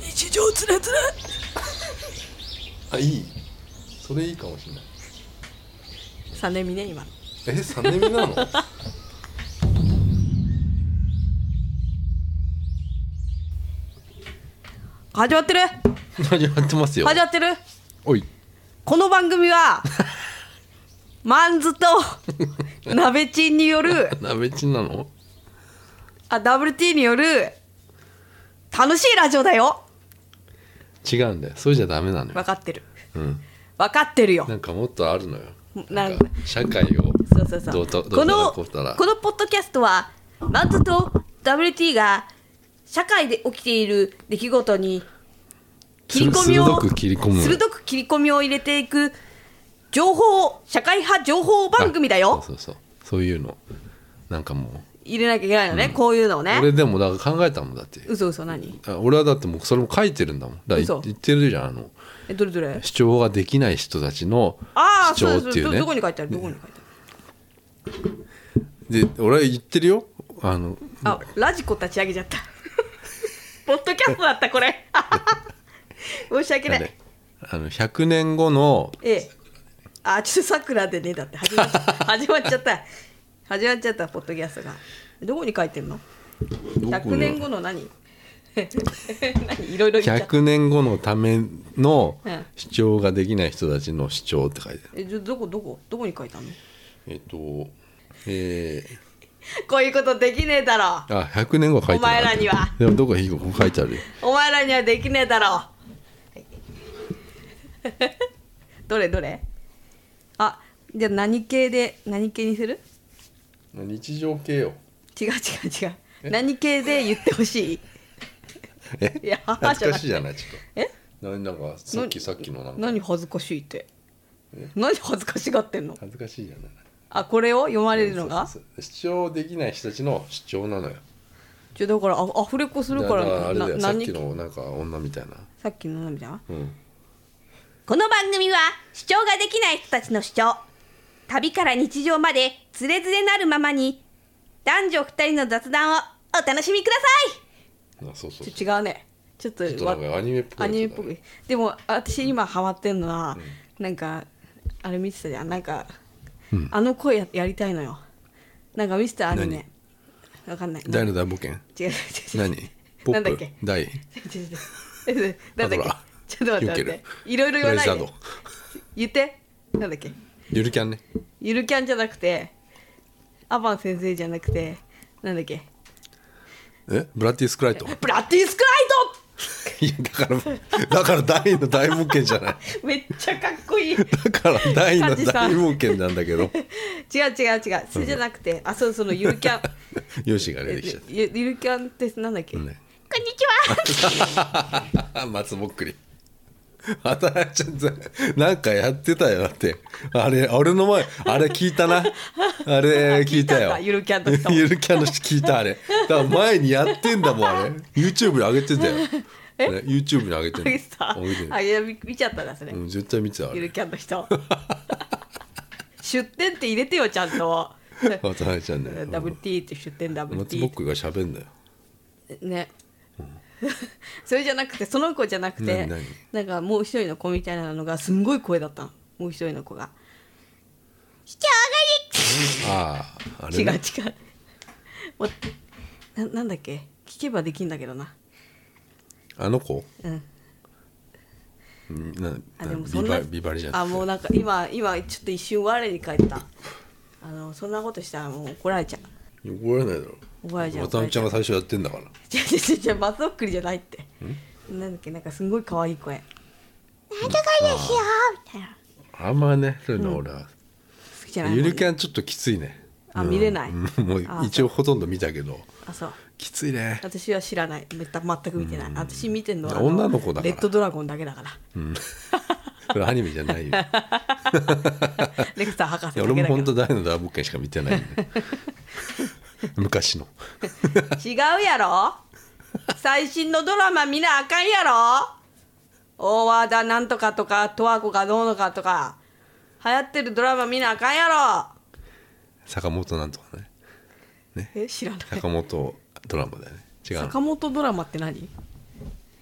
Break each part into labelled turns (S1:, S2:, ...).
S1: 日常つれつれ
S2: あいいそれいいかもしれない
S1: 3年目ね今の
S2: え3年目なの
S1: 始まってる
S2: 始まってますよ
S1: 始まってる
S2: おい
S1: この番組 はマンズと鍋ちんによる
S2: なべちんなの
S1: あ WT による楽しいラジオだよ
S2: 違うんだよそれじゃダメなのよ
S1: 分かってる
S2: うん
S1: 分かってるよ
S2: なんかもっとあるのよ
S1: な
S2: なんん
S1: か
S2: か社会を
S1: そうそうそう
S2: どうとど
S1: こ
S2: うたら
S1: の
S2: こうたら
S1: このポッドキャストはマンズと WT が社会で起きている出来事に切り込みを
S2: 鋭く切り込む
S1: 鋭く切り込みを入れていく情報社会派情報番組だ
S2: あ
S1: よ
S2: そうそうそうそういうのなんかも
S1: 入れなきゃいけないのね、こういうのを
S2: う
S1: ね
S2: 俺でもだから考えたもんだって
S1: 嘘嘘何
S2: あ俺はだってもうそれも書いてるんだもんだから
S1: 嘘
S2: 言言ってるじゃんあの
S1: えどれどれ
S2: 主張ができない人たちの
S1: ああ
S2: 主
S1: そ
S2: 張
S1: う
S2: っ
S1: そう
S2: ていう
S1: ど
S2: ね
S1: どこに書いてあるどこに書いてある
S2: で俺は言ってるよあの
S1: あラジコ立ち上げちゃった ポッドキャストだったこれ 申し訳な
S2: あ
S1: い
S2: れあの100年後の
S1: ええあちょっと桜でねだって始ま っちゃった始まっちゃった始まっちゃったポッドキャストがどこに書いてんの
S2: どこ
S1: 100
S2: の
S1: 年後の 何何いろいろ言っちゃった
S2: 100年後のための
S1: うん
S2: 主張ができない人たちの主張って書いてある
S1: えじゃどこどこどこに書いたの
S2: えっとえ
S1: こういうことできねえだろ
S2: ー、あ100年後は書いてある
S1: お前らには
S2: でもどこかいいここ書いてあるよ
S1: お前らにはできねえだろはいどれどれあじゃあ何系で何系にする
S2: 日常系よ
S1: 違う違う違う何系で言ってほしい
S2: え
S1: いや
S2: 懐かしいじゃないちょっ
S1: え
S2: とななんかさっき
S1: な
S2: さっきのなんか
S1: 何恥ずかしいって何恥ずかしがってんの
S2: 恥ずかしいじゃない
S1: あこれを読まれるのが
S2: そうそうそう主張できない人たちの主張なのよ
S1: じゃだからあアフレコする
S2: だ
S1: か
S2: かららあれだよ
S1: な
S2: さっ
S1: 何
S2: きのなんか女みたいな
S1: さっきの涙
S2: うん
S1: この番組は主張ができない人たちの主張旅から日常までつれづれなるままに男女二人の雑談をお楽しみくださ
S2: あそうそう
S1: いちょ違うねちょっと
S2: ちょっとなんかアニメっぽい
S1: ア
S2: やつだね
S1: ニメっぽいでも私今ハマってんのは、なんかあれ見てたじゃんなんか、あの声ややりたいのよなんか見てたアニメわかんない
S2: 大の大冒険
S1: 違う違う違う
S2: 何ポ
S1: なんだ
S2: ッ
S1: っ
S2: プ
S1: け
S2: 大
S1: 違う違 う違うなんだっ
S2: パトラ
S1: けちょっと待って待っ
S2: ユンケ
S1: ていろいろ言わ
S2: レ
S1: ない
S2: ザー
S1: で
S2: ド
S1: 言ってなんだっけ
S2: ゆるキャンね
S1: ゆるキャンじゃなくてアバン先生じゃなくてなんだっけ
S2: えブラッディ・スクライト
S1: ブラッディ・スク
S2: いやだからだから大の大冒険じゃない
S1: ライトめっちゃかっこいい違う
S2: だから大の
S1: カジさ
S2: 大
S1: ん
S2: 冒険なんだけ
S1: 違
S2: ど
S1: う違うそれじゃなくてあそうそのゆるキ ャン
S2: よしが出てきちゃっ
S1: ゆゆるキャンってなんだっけ、
S2: んね
S1: こんにちは
S2: た 松ぼっくり働いちゃってなんかやってたよだってあれ俺の前あれ聞いたなあれ聞いた
S1: 聞いたん
S2: よ
S1: だゆるキャンの人
S2: ゆるキャンの人聞いたあれだから前にやってんだもんあれ YouTube に上げてたよ
S1: え
S2: あれ YouTube に上げてん
S1: あ
S2: の
S1: げてた
S2: 上げてんの
S1: あいや見見ちゃったなそれ、
S2: うん絶対見てたあ
S1: ゆ
S2: れ
S1: るキャンの人出店って入れてよちゃんと
S2: 渡辺ちゃんね
S1: WT って出店
S2: うん
S1: WT っ
S2: 松
S1: て
S2: ぼっくりが喋んだよ
S1: ね、 それじゃなくてその子じゃなくて
S2: 何何
S1: なんかもう一人の子みたいなのがすんごい声だったのもう一人の子が「しち
S2: あああれ
S1: 違う違
S2: ね
S1: うもうななんだっけ聞けばできんだけどな
S2: あの子
S1: うん
S2: うんな
S1: あ
S2: な
S1: でもそ
S2: ビ
S1: ん
S2: バ
S1: な
S2: ビバリじゃ
S1: あ
S2: ん
S1: もうなんか今今ちょっと一瞬我に返ったあのそんなことしたらもう怒られちゃう
S2: 怒られないだろ
S1: 怒られちゃう
S2: 渡辺ちゃんが最初やってんだから
S1: じゃじゃじゃ松ぼっくりじゃないってなんだっけなんかすんごい可愛い声なんとかですよみたいな
S2: あんまねそういうの俺は
S1: 好きじゃない
S2: ゆるキャンちょっときついね
S1: あ見れない
S2: うんもう
S1: あ
S2: 一応ほとんど見たけど
S1: あそう
S2: きついね
S1: 私は知らないめった全く見てない私見てんのは
S2: 女の子だから
S1: レッドドラゴンだけだから
S2: これアニメじ ゃないよい
S1: レクター博士
S2: や
S1: だ
S2: 俺
S1: けだ
S2: も本
S1: か
S2: 当大の大冒険しか見 てないんで昔の
S1: ら違うやろ最新のドラマ見なあかんやろ大和田なんとかとか十和子がどうのかとか流行ってるドラマ見なあかんやろ
S2: 坂本なんとかね
S1: え知らない
S2: 坂本ドラマだよね違うの
S1: 坂本ドラマって何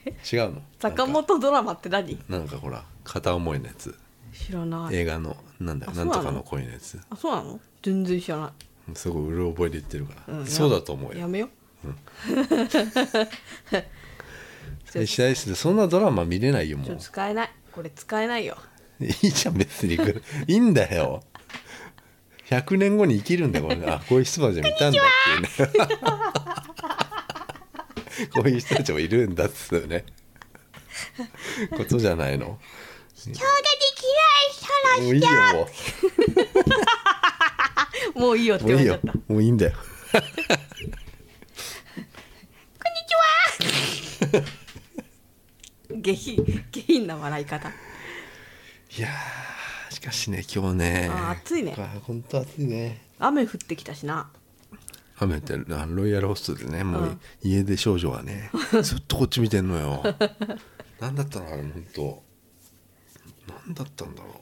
S1: えって
S2: 違うの
S1: 坂本ドラマって何
S2: なんかほら片思いのやつ
S1: 知らない
S2: 映画のなんだ
S1: あ
S2: なんと
S1: そうな
S2: か
S1: の
S2: の恋のやつ
S1: あそうなの全然知らない
S2: すごいうる覚えで言ってるから、
S1: ん
S2: そうだと思う
S1: や
S2: よ
S1: めよ
S2: 試合室でそんなドラマ見れないよも
S1: ちょっ
S2: う
S1: と使えないこれ使えないよ
S2: いいじゃん別にいいんだよ100年後に生きるんだよこれあこういう人たちもいたんだっていうねこういう人たちもいるんだっつうねことじゃないのもういいよも
S1: もういいよっ
S2: う
S1: て
S2: も
S1: 思っち
S2: ういい
S1: ゃ
S2: よ
S1: った
S2: もういいんだよ
S1: 下品下品な笑い方
S2: いやーしかしね今日ね
S1: あ暑いね
S2: あ本当暑いね
S1: 雨降ってきたしな
S2: 雨ってあロイヤルホストでねもう、
S1: うん
S2: 家で少女 がねずっとこっち見てんのよなんだったのあれ本当なんだったんだろ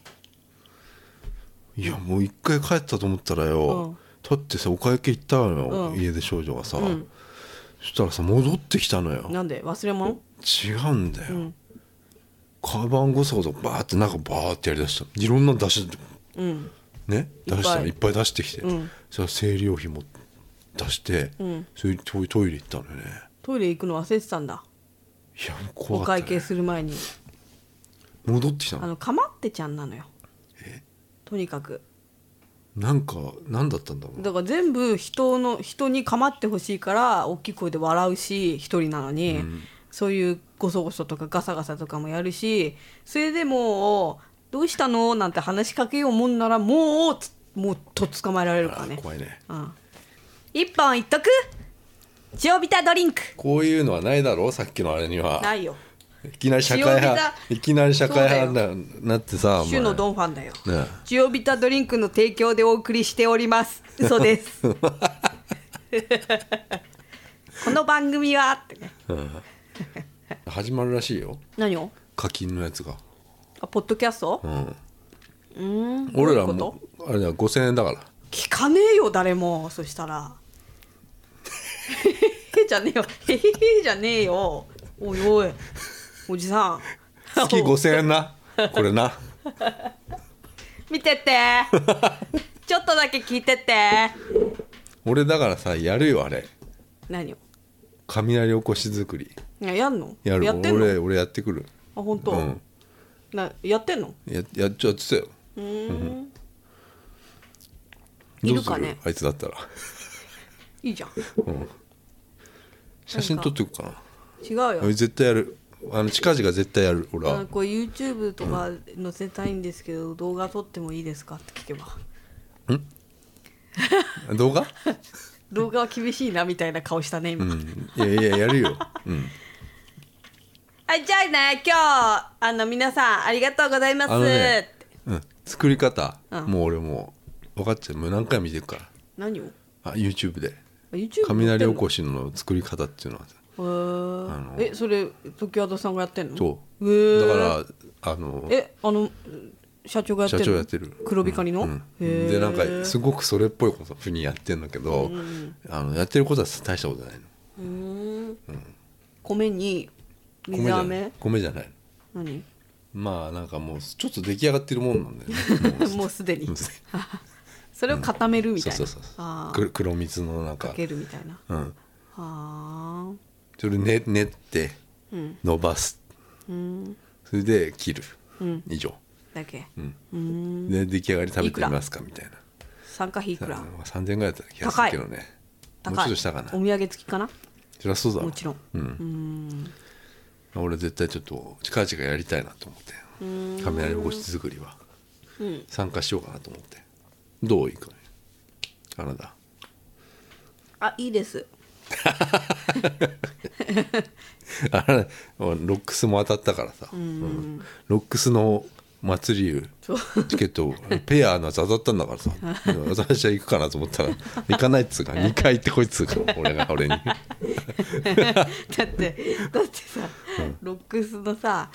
S2: ういやもう一回帰ったと思ったらよ、だってさお会計行ったのよ、
S1: うん
S2: 家で少女がさ、
S1: ん
S2: そしたらさ戻ってきたのよ
S1: なんで忘れ物
S2: 違うんだよ、
S1: ん
S2: カバンごそごそバーって中バーってやりだしたいろんなの出して
S1: うん
S2: ね
S1: いっぱい
S2: 出したのいっぱい出してきて、
S1: うん
S2: それ生理用品も出して、
S1: うん
S2: それでトイトイレ行ったのよね
S1: トイレ行くの忘れてたんだ
S2: いや
S1: お
S2: 怖かっ
S1: 会
S2: た、ね
S1: 計、する前に
S2: 戻ってきた
S1: あ
S2: の
S1: のかまってちゃんなのよとにかく
S2: なんか何だったんだろうな
S1: だから全部人の人に構ってほしいから大きい声で笑うし一人なのに、そういうごそごそとかガサガサとかもやるしそれでもう「どうしたの?」なんて話しかけようもんならもうつもうとっ捕まえられるから
S2: あ
S1: ね。
S2: 怖いね
S1: うん、一本いっとく塩ビタドリンク
S2: こういうのはないだろうさっきのあれには
S1: ないよ
S2: いきなり社会
S1: 塩
S2: 派
S1: 水
S2: いきなり社会派にななってさお前
S1: 主のドンファンだよ
S2: ね
S1: 塩ビタドリンクの提供でお送りしております嘘ですこの番組はってね
S2: え始まるらしいよ
S1: 何を
S2: 課金のやつが
S1: あポッドキャスト
S2: うん
S1: うん
S2: 俺ら
S1: どういうこ
S2: もあれだ5000円だから
S1: と聞かねえよ誰もそしたらへへへじゃねえよへへへじゃねえよおいおいおじさん
S2: 月5000円なこれな
S1: 見てってちょっとだけ聞いてって
S2: 俺だからさやるよあれ
S1: 何を
S2: 雷おこし作り
S1: いややんの
S2: やる
S1: ってん
S2: 俺
S1: のあ
S2: 俺やってくる
S1: 本当、
S2: うん
S1: なやってんの
S2: ややっちゃってたよ
S1: うん
S2: ど
S1: いうる
S2: す
S1: かね
S2: あいつだったら
S1: いいじゃん
S2: 写真撮っておくかな
S1: 違うよ
S2: 俺絶対やるあの近々絶対やる俺
S1: あ
S2: は
S1: のこれ YouTube とか載せたいんですけど、動画撮ってもいいですかって聞けば
S2: 動画
S1: 動画は厳しいなみたいな顔したね今、
S2: うんいやいややるよ、 うん、
S1: はいじゃあね今日あの皆さんありがとうございます、
S2: あのね、うん、作り方、
S1: うん
S2: もう俺もう分かっちゃうもう何回も見てるか
S1: 何を
S2: らあ YouTube で
S1: YouTube
S2: 雷おこ
S1: し
S2: しの作り方っていうのは
S1: えそれ時和田さんがやってんの
S2: そ
S1: へー
S2: うだからあの
S1: えあの社長がやって
S2: 社
S1: んの
S2: 長やってる
S1: 黒光りの、
S2: うん
S1: へー
S2: でなんかすごくそれっぽいことふうにやってんだけど、あのやってることは大したことないの
S1: うーん米に
S2: 米
S1: 水
S2: じゃな
S1: 飴
S2: い米じゃない
S1: 何
S2: まあなんかもうちょっと出来上がってるもんなんだよね
S1: もうすでに
S2: もうすで
S1: それを固めるみ
S2: にそ
S1: た
S2: う
S1: いな、
S2: そうそう
S1: あー
S2: く黒蜜のなんか
S1: かけるみたいな
S2: うん、
S1: はあ
S2: それね練って
S1: うん
S2: 伸ばす
S1: うん
S2: それで切る、
S1: うん
S2: 以上、
S1: だけ
S2: うん、
S1: うん
S2: で出来上がり食べてみますかみたいな
S1: 参加費いくら
S2: 3000円ぐらいだった気がするけどねもうちょ
S1: 高
S2: っ
S1: い
S2: としたかな
S1: お土産付きかな
S2: そりゃそうだわ
S1: もちろん
S2: う、
S1: うんん
S2: 俺絶対ちょっと近々やりたいなと思って雷おこし作りは
S1: うん
S2: 参加しようかなと思ってどういくねあなた
S1: あいいです
S2: あれロックスも当たったからさ、うんロックスの祭り湯
S1: そう
S2: チケットペアのやつ当たったんだ からさ私は行くかなと思ったら行かないっつ うか2回行ってこいっつうから俺が俺に
S1: だってだってさ、ロックスのさ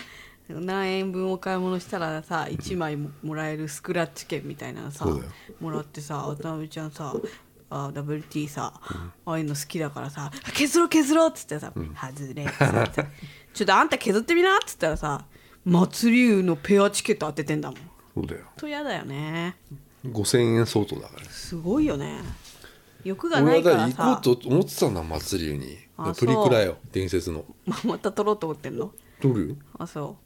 S1: 何円分お買い物したらさ1枚ももらえるスクラッチ券みたいなのさ
S2: そうだよ
S1: もらってさ渡辺ちゃんさあ WT さ、ああいうの好きだからさ「削ろう削ろう」っつってさ「外れ」っつってさちょっとあんた削ってみなっつったらさ祭り湯のペアチケット当ててんだもんほん
S2: そうだよ
S1: とやだよね
S2: 5000円相当だから
S1: すごいよね欲がな
S2: 俺
S1: いか
S2: はだから
S1: らさ
S2: 行こうと思ってたんだ祭りに
S1: あ
S2: プリクラよ伝説の
S1: ままた取ろうと思ってんの
S2: 撮るよ
S1: あそ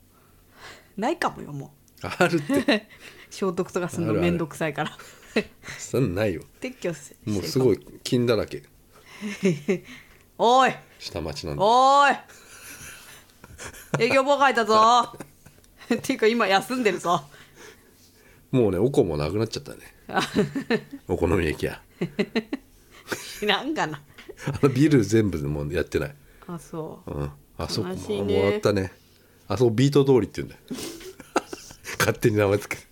S1: うないかもよも
S2: あるって
S1: う 消毒とかする
S2: あ
S1: の
S2: るあ
S1: め
S2: る
S1: んどくさいから
S2: そんなのないよ
S1: 撤去す
S2: もうすご
S1: い
S2: い金だらけ
S1: おい
S2: 下町なんで
S1: おーい営業妨害だぞっていうか今休んでるぞ
S2: もうねおこもなくなっちゃったねお好み焼き屋
S1: 知らんがな
S2: あのビル全部でもうやってない、
S1: あそう
S2: うん、あそこ
S1: 悲しい
S2: も
S1: ね
S2: もらったねあそこビート通りって言うんだよ 勝手に名前つけて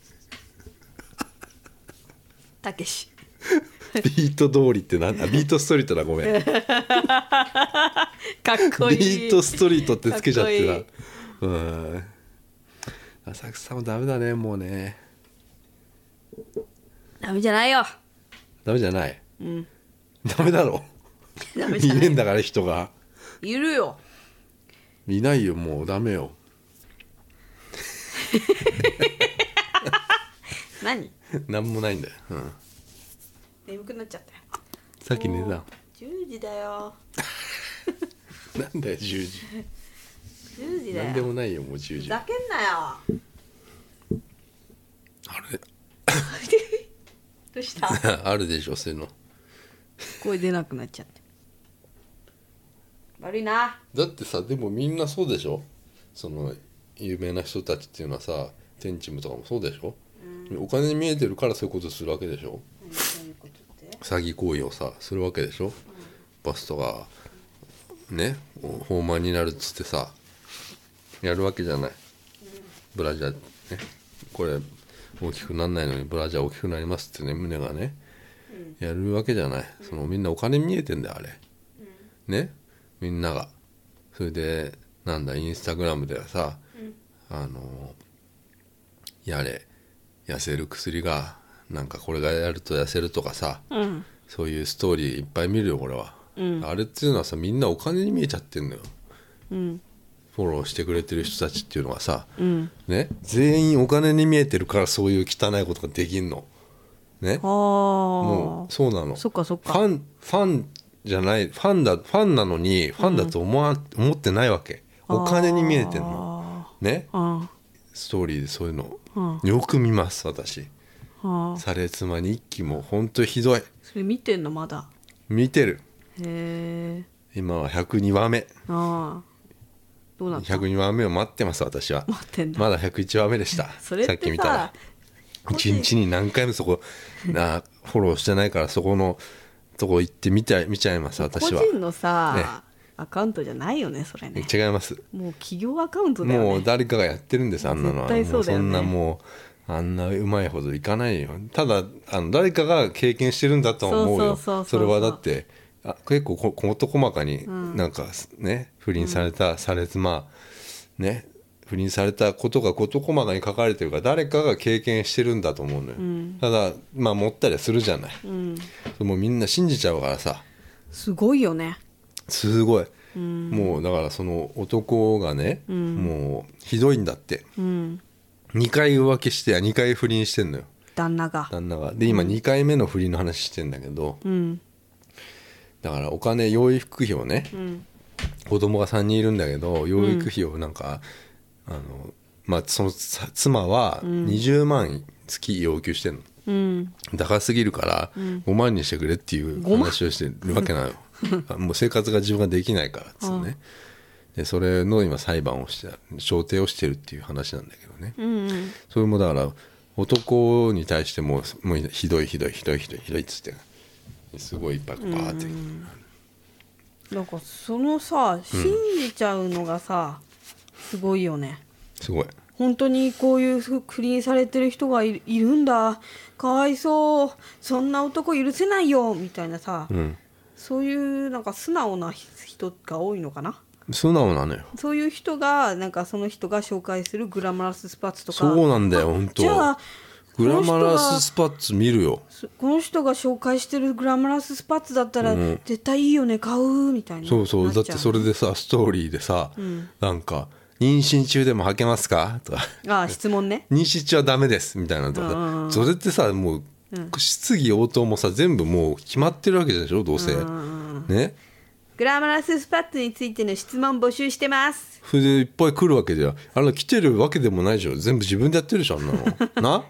S1: たけし
S2: ビート通りってなんだビートストリートだごめ ん
S1: かっこいい
S2: ビートストリートってつけちゃって
S1: かっこ
S2: たうん浅草もダメだねもうね
S1: ダメじゃないよ
S2: ダメじゃない
S1: うん
S2: ダメだろ
S1: ダメ
S2: い
S1: じゃな
S2: ねえん
S1: い
S2: だから人が
S1: いるよ
S2: いないよもうダメよ
S1: 何
S2: なんもないんだよ、うん、
S1: 眠くなっちゃったよ
S2: さっき寝たな
S1: 10時だよ
S2: んだよ10時
S1: 10時だ
S2: なんで
S1: よ
S2: もないよもう10
S1: ふ
S2: 時
S1: ざ
S2: あ
S1: けんなよ
S2: れ
S1: どうした
S2: あるでしょそういうの
S1: 声出なくなっちゃって悪いな
S2: だってさでもみんなそうでしょその有名な人たちっていうのはさ天チムとかもそうでしょ、お金に見えてるからそういうことするわけでしょ
S1: そういうことって
S2: 詐欺行為をさするわけでしょ、バスとかね放満になるっつってさやるわけじゃないブラジャーねこれ大きくなんないのにブラジャー大きくなりますってね胸がねやるわけじゃないそのみんなお金見えてんだよあれねみんながそれでなんだインスタグラムではさ、あのやれ痩せる薬がなんかこれがやると痩せるとかさ、
S1: うん
S2: そういうストーリーいっぱい見るよ俺は、あれっていうのはさみんなお金に見えちゃってんのよ
S1: うん
S2: フォローしてくれてる人たちっていうのはさ、
S1: うん
S2: ね全員お金に見えてるからそういう汚いことができんのね
S1: ああ
S2: もうそうなの
S1: そっかそっか
S2: ファンファンじゃないファンだファンなのにファンだと思わ、思ってないわけお金に見えてんの
S1: あ
S2: ね
S1: ーあ
S2: ストーリーでそういうの、
S1: うん
S2: よく見ます私
S1: ーあー
S2: されつまに一気も本当ひどい
S1: それ見てんのまだ
S2: 見てる
S1: へえ
S2: 今は102話目
S1: ああどうなった
S2: 102話目を待ってます私は
S1: 待ってんだ
S2: まだ101話目でした
S1: それってさ
S2: さっき見たら1日に何回もそこなフォローしてないからそこのとこ行って見ちゃい見ちゃいます
S1: 個
S2: 私は
S1: 人のさ、アカウントじゃないよねそれね
S2: 違います
S1: もう企業アカウントだよね
S2: もう誰かがやってるんですあんなのは
S1: 絶対
S2: も
S1: そううだ
S2: そ
S1: よね
S2: んなもうあんなうまいほどいかないよただあの誰かが経験してるんだと思う
S1: そ
S2: よ
S1: うそうそうそう
S2: それはだってあ結構こ事細かになんかね、不倫された、され妻ね不倫されたことが事細かに書かれてるから誰かが経験してるんだと思うのよ、ただまあ持ったりはするじゃない、もうみんな信じちゃうからさ、
S1: すごいよね
S2: すごい、もうだからその男がね、もうひどいんだって
S1: うん
S2: 2回浮気して2回不倫してんのよ
S1: 旦那が
S2: 旦那がで今2回目の不倫の話してんだけど、
S1: うん
S2: だからお金養育費をね、
S1: ん
S2: 子供が3人いるんだけど養育費をなんか、あのまあそのさ妻は20万月要求してんの、
S1: うん
S2: 高すぎるから5万にしてくれっていう話をしてるわけなの、あもう生活が自分ができないからっつってねでそれの今裁判をしてある調停をしてるっていう話なんだけどね、
S1: うん
S2: それもだから男に対してもうもうひどいひどいひどいひどいひどいっつってすごいいっぱいバーって、
S1: なんかそのさ信じちゃうのがさ、すごいよね
S2: すごい
S1: 本当にこういう不倫されてる人がいるいるんだかわいそうそんな男許せないよみたいなさ、
S2: うん
S1: そういうなんか素直な人が多いのかな
S2: 素直なのよ
S1: そういう人がなんかその人が紹介するグラマラススパッツとか
S2: そうなんだよ本当
S1: じゃあ
S2: グラマ
S1: こ
S2: ラ
S1: の人が
S2: ススパッツ見るよ
S1: すこの人が紹介してるグラマラススパッツだったら絶対いいよね買うみたいな
S2: そうそう
S1: な
S2: だ
S1: ちゃ
S2: ってそれでさストーリーでさ、なんか「妊娠中でも履けますか?」とか
S1: ああ質問ね
S2: 「妊娠中はダメです」みたいなとか
S1: うんうんう
S2: さ
S1: ん
S2: それってさもう、質疑応答もさ全部もう決まってるわけでしょどうせ、ね
S1: グラマラススパッツについての質問募集してます
S2: それでいっぱい来るわけじゃんあの来てるわけでもないでしょ全部自分でやってるでしょあ んなのな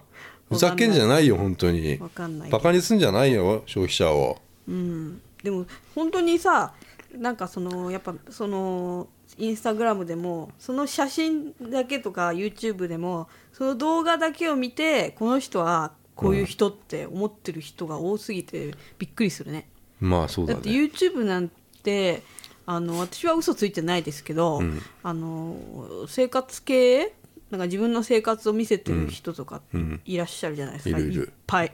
S2: ふざけんじゃないよ本当に
S1: わかんないけど
S2: バカにすんじゃないよ消費者を
S1: うんでも本当にさなんかそのやっぱそのインスタグラムでもその写真だけとか YouTube でもその動画だけを見てこの人はこういう人って思ってる人が多すぎてびっくりするね、
S2: まあそう
S1: だ
S2: だ
S1: っ
S2: ね
S1: て YouTube なんてあの私は嘘ついてないですけど、あの生活系なんか自分の生活を見せてる人とかいらっしゃるじゃないですか、
S2: いるいる
S1: っぱい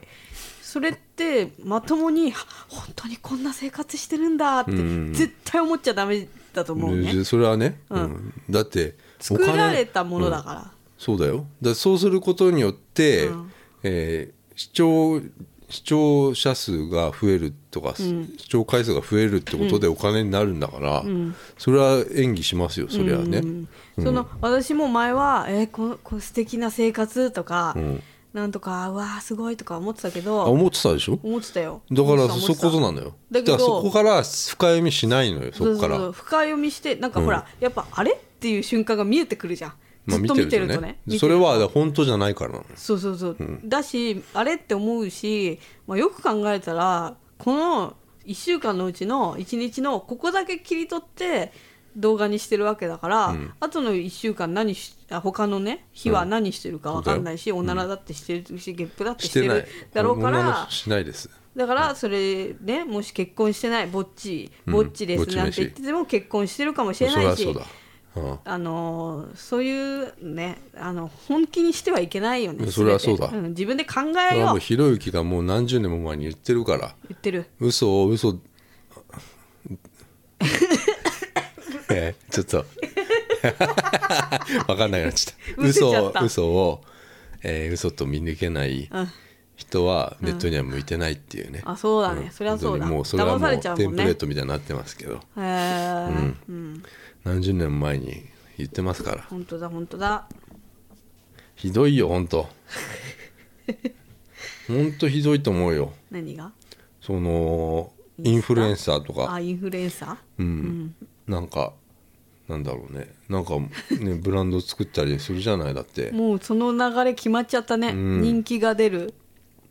S1: それってまともには本当にこんな生活してるんだって絶対思っちゃダメだと思うね、
S2: でそれはね、
S1: うん
S2: うんだってお
S1: 作
S2: 金
S1: られたものだから、
S2: そうだよだそうすることによって、
S1: うん
S2: えー視聴視聴者数が増えるとか、視聴回数が増えるってことでお金になるんだから、それは演技しますよそりゃね、
S1: その私も前は「えーここ素敵な生活」とか、
S2: ん
S1: なんとか「うわーすごい」とか思ってたけ
S2: あ
S1: ど
S2: 思ってたでしょ
S1: 思ってたよ
S2: だから
S1: 思ってた
S2: そういうことなのよ
S1: だけど
S2: からそこから深読みしないのよそ
S1: そう
S2: こ
S1: そ
S2: か
S1: う
S2: ら
S1: そう深読みしてなんかほら、やっぱあれっていう瞬間が見えてくるじゃん、
S2: まあ
S1: ずっと見てると
S2: 見
S1: ね
S2: てるとそれは本当じゃないからなの
S1: そうそうそう、だしあれって思うし、まあ、よく考えたらこの1週間のうちの1日のここだけ切り取って動画にしてるわけだから、あとの1週間何しあ他のね日は何してるか分かんないし、おならだってしてるしゲップだって
S2: し
S1: して
S2: てな
S1: る
S2: い
S1: だろうから。
S2: 女の人しないです
S1: だからそれねもし結婚してないぼっちぼっちで
S2: ぼっ
S1: す
S2: ち飯
S1: なんて言ってても結婚してるかもし
S2: そ
S1: れ
S2: り
S1: ない
S2: ゃ
S1: し
S2: そうだ、うん
S1: あのーそういうねあの本気にしてはいけないよね
S2: それは
S1: 全て
S2: そうだ
S1: ん自分で考
S2: そ
S1: え
S2: れは
S1: よ
S2: も
S1: う
S2: うひろゆきがもう何十年も前に言ってるから
S1: 言ってる
S2: 嘘を嘘えーちょっと わかんないなっちゃった
S1: むせち
S2: 嘘
S1: ゃ
S2: を
S1: った
S2: 嘘を、えー嘘と見抜けない
S1: うん
S2: 人はネットには向いてないっていうね、
S1: あそうだねそりゃそうだ
S2: 本当にもうそれ
S1: 騙
S2: はも
S1: さ
S2: う
S1: れちゃう
S2: テ
S1: も
S2: ン
S1: ん
S2: プ
S1: ね
S2: レートみたいになってますけど
S1: へえうん
S2: 何十年も前に言ってますから
S1: 本当だ本当だ
S2: ひどいよ本 当本当ひどいと思うよ
S1: 何が
S2: そのインフルエンサーとか
S1: あインフルエンサー
S2: うん、なんかなんだろうね なんかねブランド作ったりするじゃないだって
S1: もうその流れ決まっちゃったね、
S2: うん
S1: 人気が出る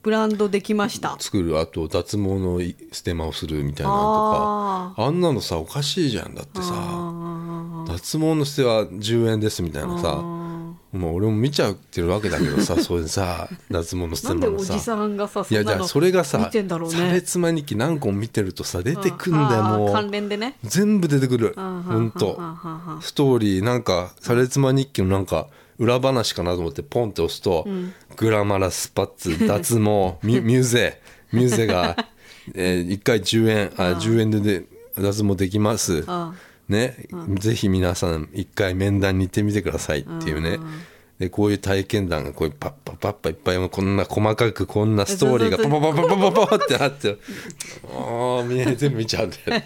S1: ブランドできました
S2: 作るあと脱毛のいステマをするみたいなのとかあんなのさおかしいじゃんだってさ
S1: あ
S2: 脱毛のステは10円ですみたいなさ
S1: ー
S2: まあ俺も見ちゃってるわけだけどさそういうさ脱毛のス
S1: な
S2: テ
S1: んで
S2: マ
S1: お
S2: の
S1: じ
S2: さ
S1: さんがさ
S2: いや
S1: ん
S2: じ
S1: な
S2: ゃ
S1: の
S2: あそれがさ
S1: 見てんだろう
S2: 差
S1: ね
S2: 別招き何個も見てるとさ出てくんだよ
S1: あー
S2: も
S1: 関
S2: う
S1: 連でね
S2: 全部出てくる
S1: あー
S2: ほんと
S1: あーあーあー
S2: ストーリーなんか「サレツマ日記」のなんか裏話かなと思ってポンって押すと「グラマラスパッツ脱毛ミュミューゼ」ミューゼが、え1回10円あ10円でで脱毛できます
S1: あ
S2: ねぜひ皆さん1回面談に行ってみてくださいっていうねでこういう体験談がこういうパッパッパッパいっぱいこんな細かくこんなストーリーが
S1: そ
S2: パ
S1: うそ
S2: パパパパパパってなってああ全部見ちゃうんだよ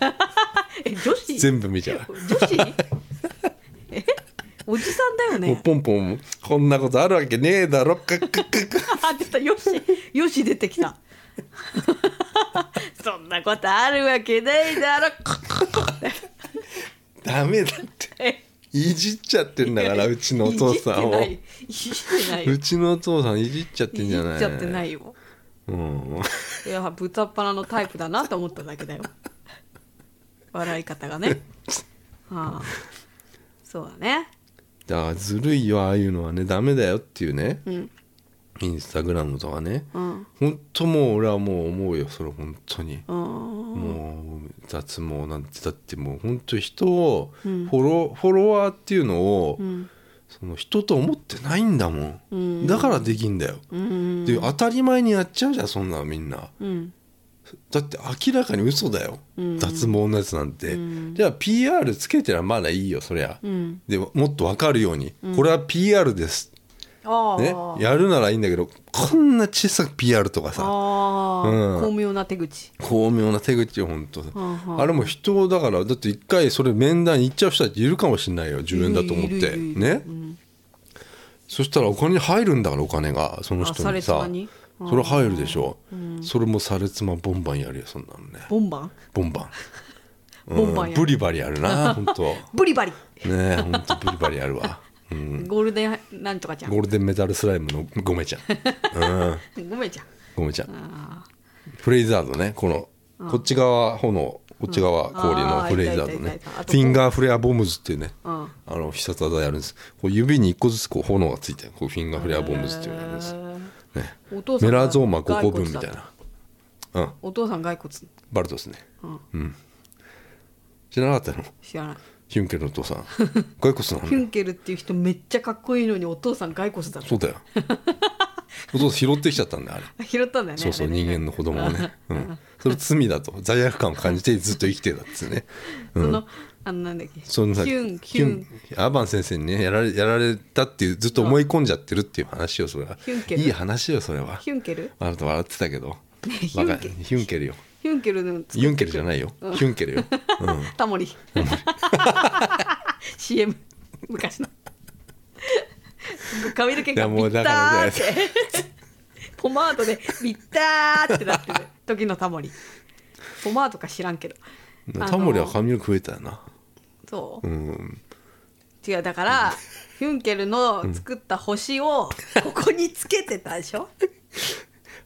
S1: え女子
S2: 全部見ちゃう。
S1: 女子 えおじさんだよ
S2: もう
S1: ね
S2: ポンポンこんなことあるわけねえだろカッカッカッカッ
S1: あ出たよしよし出てきた そんなことあるわけないだろ
S2: ダメだって
S1: え
S2: いじっちゃってんだからうちのお父さんを
S1: いじってないい
S2: うちのお父さんいじっちゃってん
S1: じ
S2: じ
S1: って
S2: ゃ
S1: ない
S2: ない
S1: いじっちゃってないよ
S2: うん、
S1: いや豚っ腹のタイプだなと思っただけ だよ笑い方がね、はあ、そうだね
S2: だからずるいよああいうのはねダメだよっていうね
S1: うん
S2: インスタグラムとかね
S1: うん
S2: ほんともう俺はもう思うよそれ本当に
S1: うん
S2: もう脱毛なんてだってもう本当人をフォロ,、フォロワーっていうのを、
S1: ん
S2: その人と思ってないんだもん、
S1: うん
S2: だからできんだよ、
S1: うん
S2: で当たり前にやっちゃうじゃんそんなのみんな
S1: うん
S2: だって明らかに嘘だよ、
S1: うん
S2: 脱毛のやつなんて、
S1: うん
S2: じゃあ PR つけてらまだいいよそりゃ、
S1: うん
S2: でもっと分かるように、これは PR です
S1: ああ、
S2: ね、やるならいいんだけどこんな小さく PR とかさ
S1: ああ、
S2: うん
S1: 巧妙な手口
S2: 巧妙な手口よ本当
S1: んうん
S2: あれも人をだからだって一回それ面談に行っちゃう人たちいるかもしれないよ自分だと思っ
S1: いるいる
S2: て
S1: いる
S2: ね
S1: うん
S2: そしたらお金に入るんだからお金がその
S1: あ
S2: 人
S1: され
S2: に
S1: 妻
S2: さ
S1: にうん
S2: それ入るでしょそれもされ妻ボンバンやるよそんなのね
S1: ボンバン
S2: ボンバン
S1: ボンバン
S2: うん
S1: や
S2: ブリバリや るな本当
S1: ブリバリ、
S2: ねえ本当ブリバリやるわうん
S1: ゴールデンなんとかちゃん
S2: ゴールデンメタルスライムのゴメちゃんうん
S1: ごめんちゃん
S2: ゴメちゃん
S1: あ
S2: フレイザードねこのこっち側炎こっち側氷の
S1: あー
S2: フレイザード
S1: いたいたい
S2: ね
S1: たいたあと
S2: フィンガーフレアボムズっていうね
S1: うん
S2: あの必殺技やるんですこう指に一個ずつこう炎がついてるこうフィンガーフレアボムズっていうのやるんです、ね、
S1: えーお父さん
S2: メ
S1: が
S2: ラゾーマ5個分みたいなうん
S1: お父さん骸骨
S2: バルトスね
S1: うん
S2: 知らなかったの
S1: 知らない
S2: ヒュンケルのお父さん骸骨な
S1: ヒュ
S2: んだよ
S1: ンケルっていう人めっちゃかっこいいのにお父さん骸骨だっ
S2: そうだよお父さん拾ってきちゃったんだよあれ
S1: た拾ったんだよね
S2: そうそう
S1: あれね
S2: 人間の子供をね、うん、それ罪だと罪悪感を感じてずっと生きてたっつうね、う
S1: そ
S2: ん、
S1: のあのなんだっけ
S2: そんな
S1: ヒュンヒュン
S2: ヒュンアーバン先生にねやられやられたっていうずっと思い込んじゃってるっていう話よそれは
S1: ヒュンケル
S2: いい話よそれは
S1: ヒュンケル
S2: あなた笑ってたけど
S1: ヒュ
S2: バ
S1: ンケル
S2: カヒュンケルよ
S1: ヒュンケルの
S2: ユンケルじゃないよ、ヒュンケルよ、うん、
S1: タモリ CM 昔の髪の毛が
S2: いや
S1: ビ
S2: もう
S1: ッ
S2: だ
S1: タ
S2: から
S1: ーってポマードでビッターってなってる時のタモリポマードか知らんけど
S2: タモリは
S1: あの
S2: 髪の毛増えたよな
S1: そう
S2: うん
S1: 違うだからヒュンケルの作った星をここにつけてたでしょ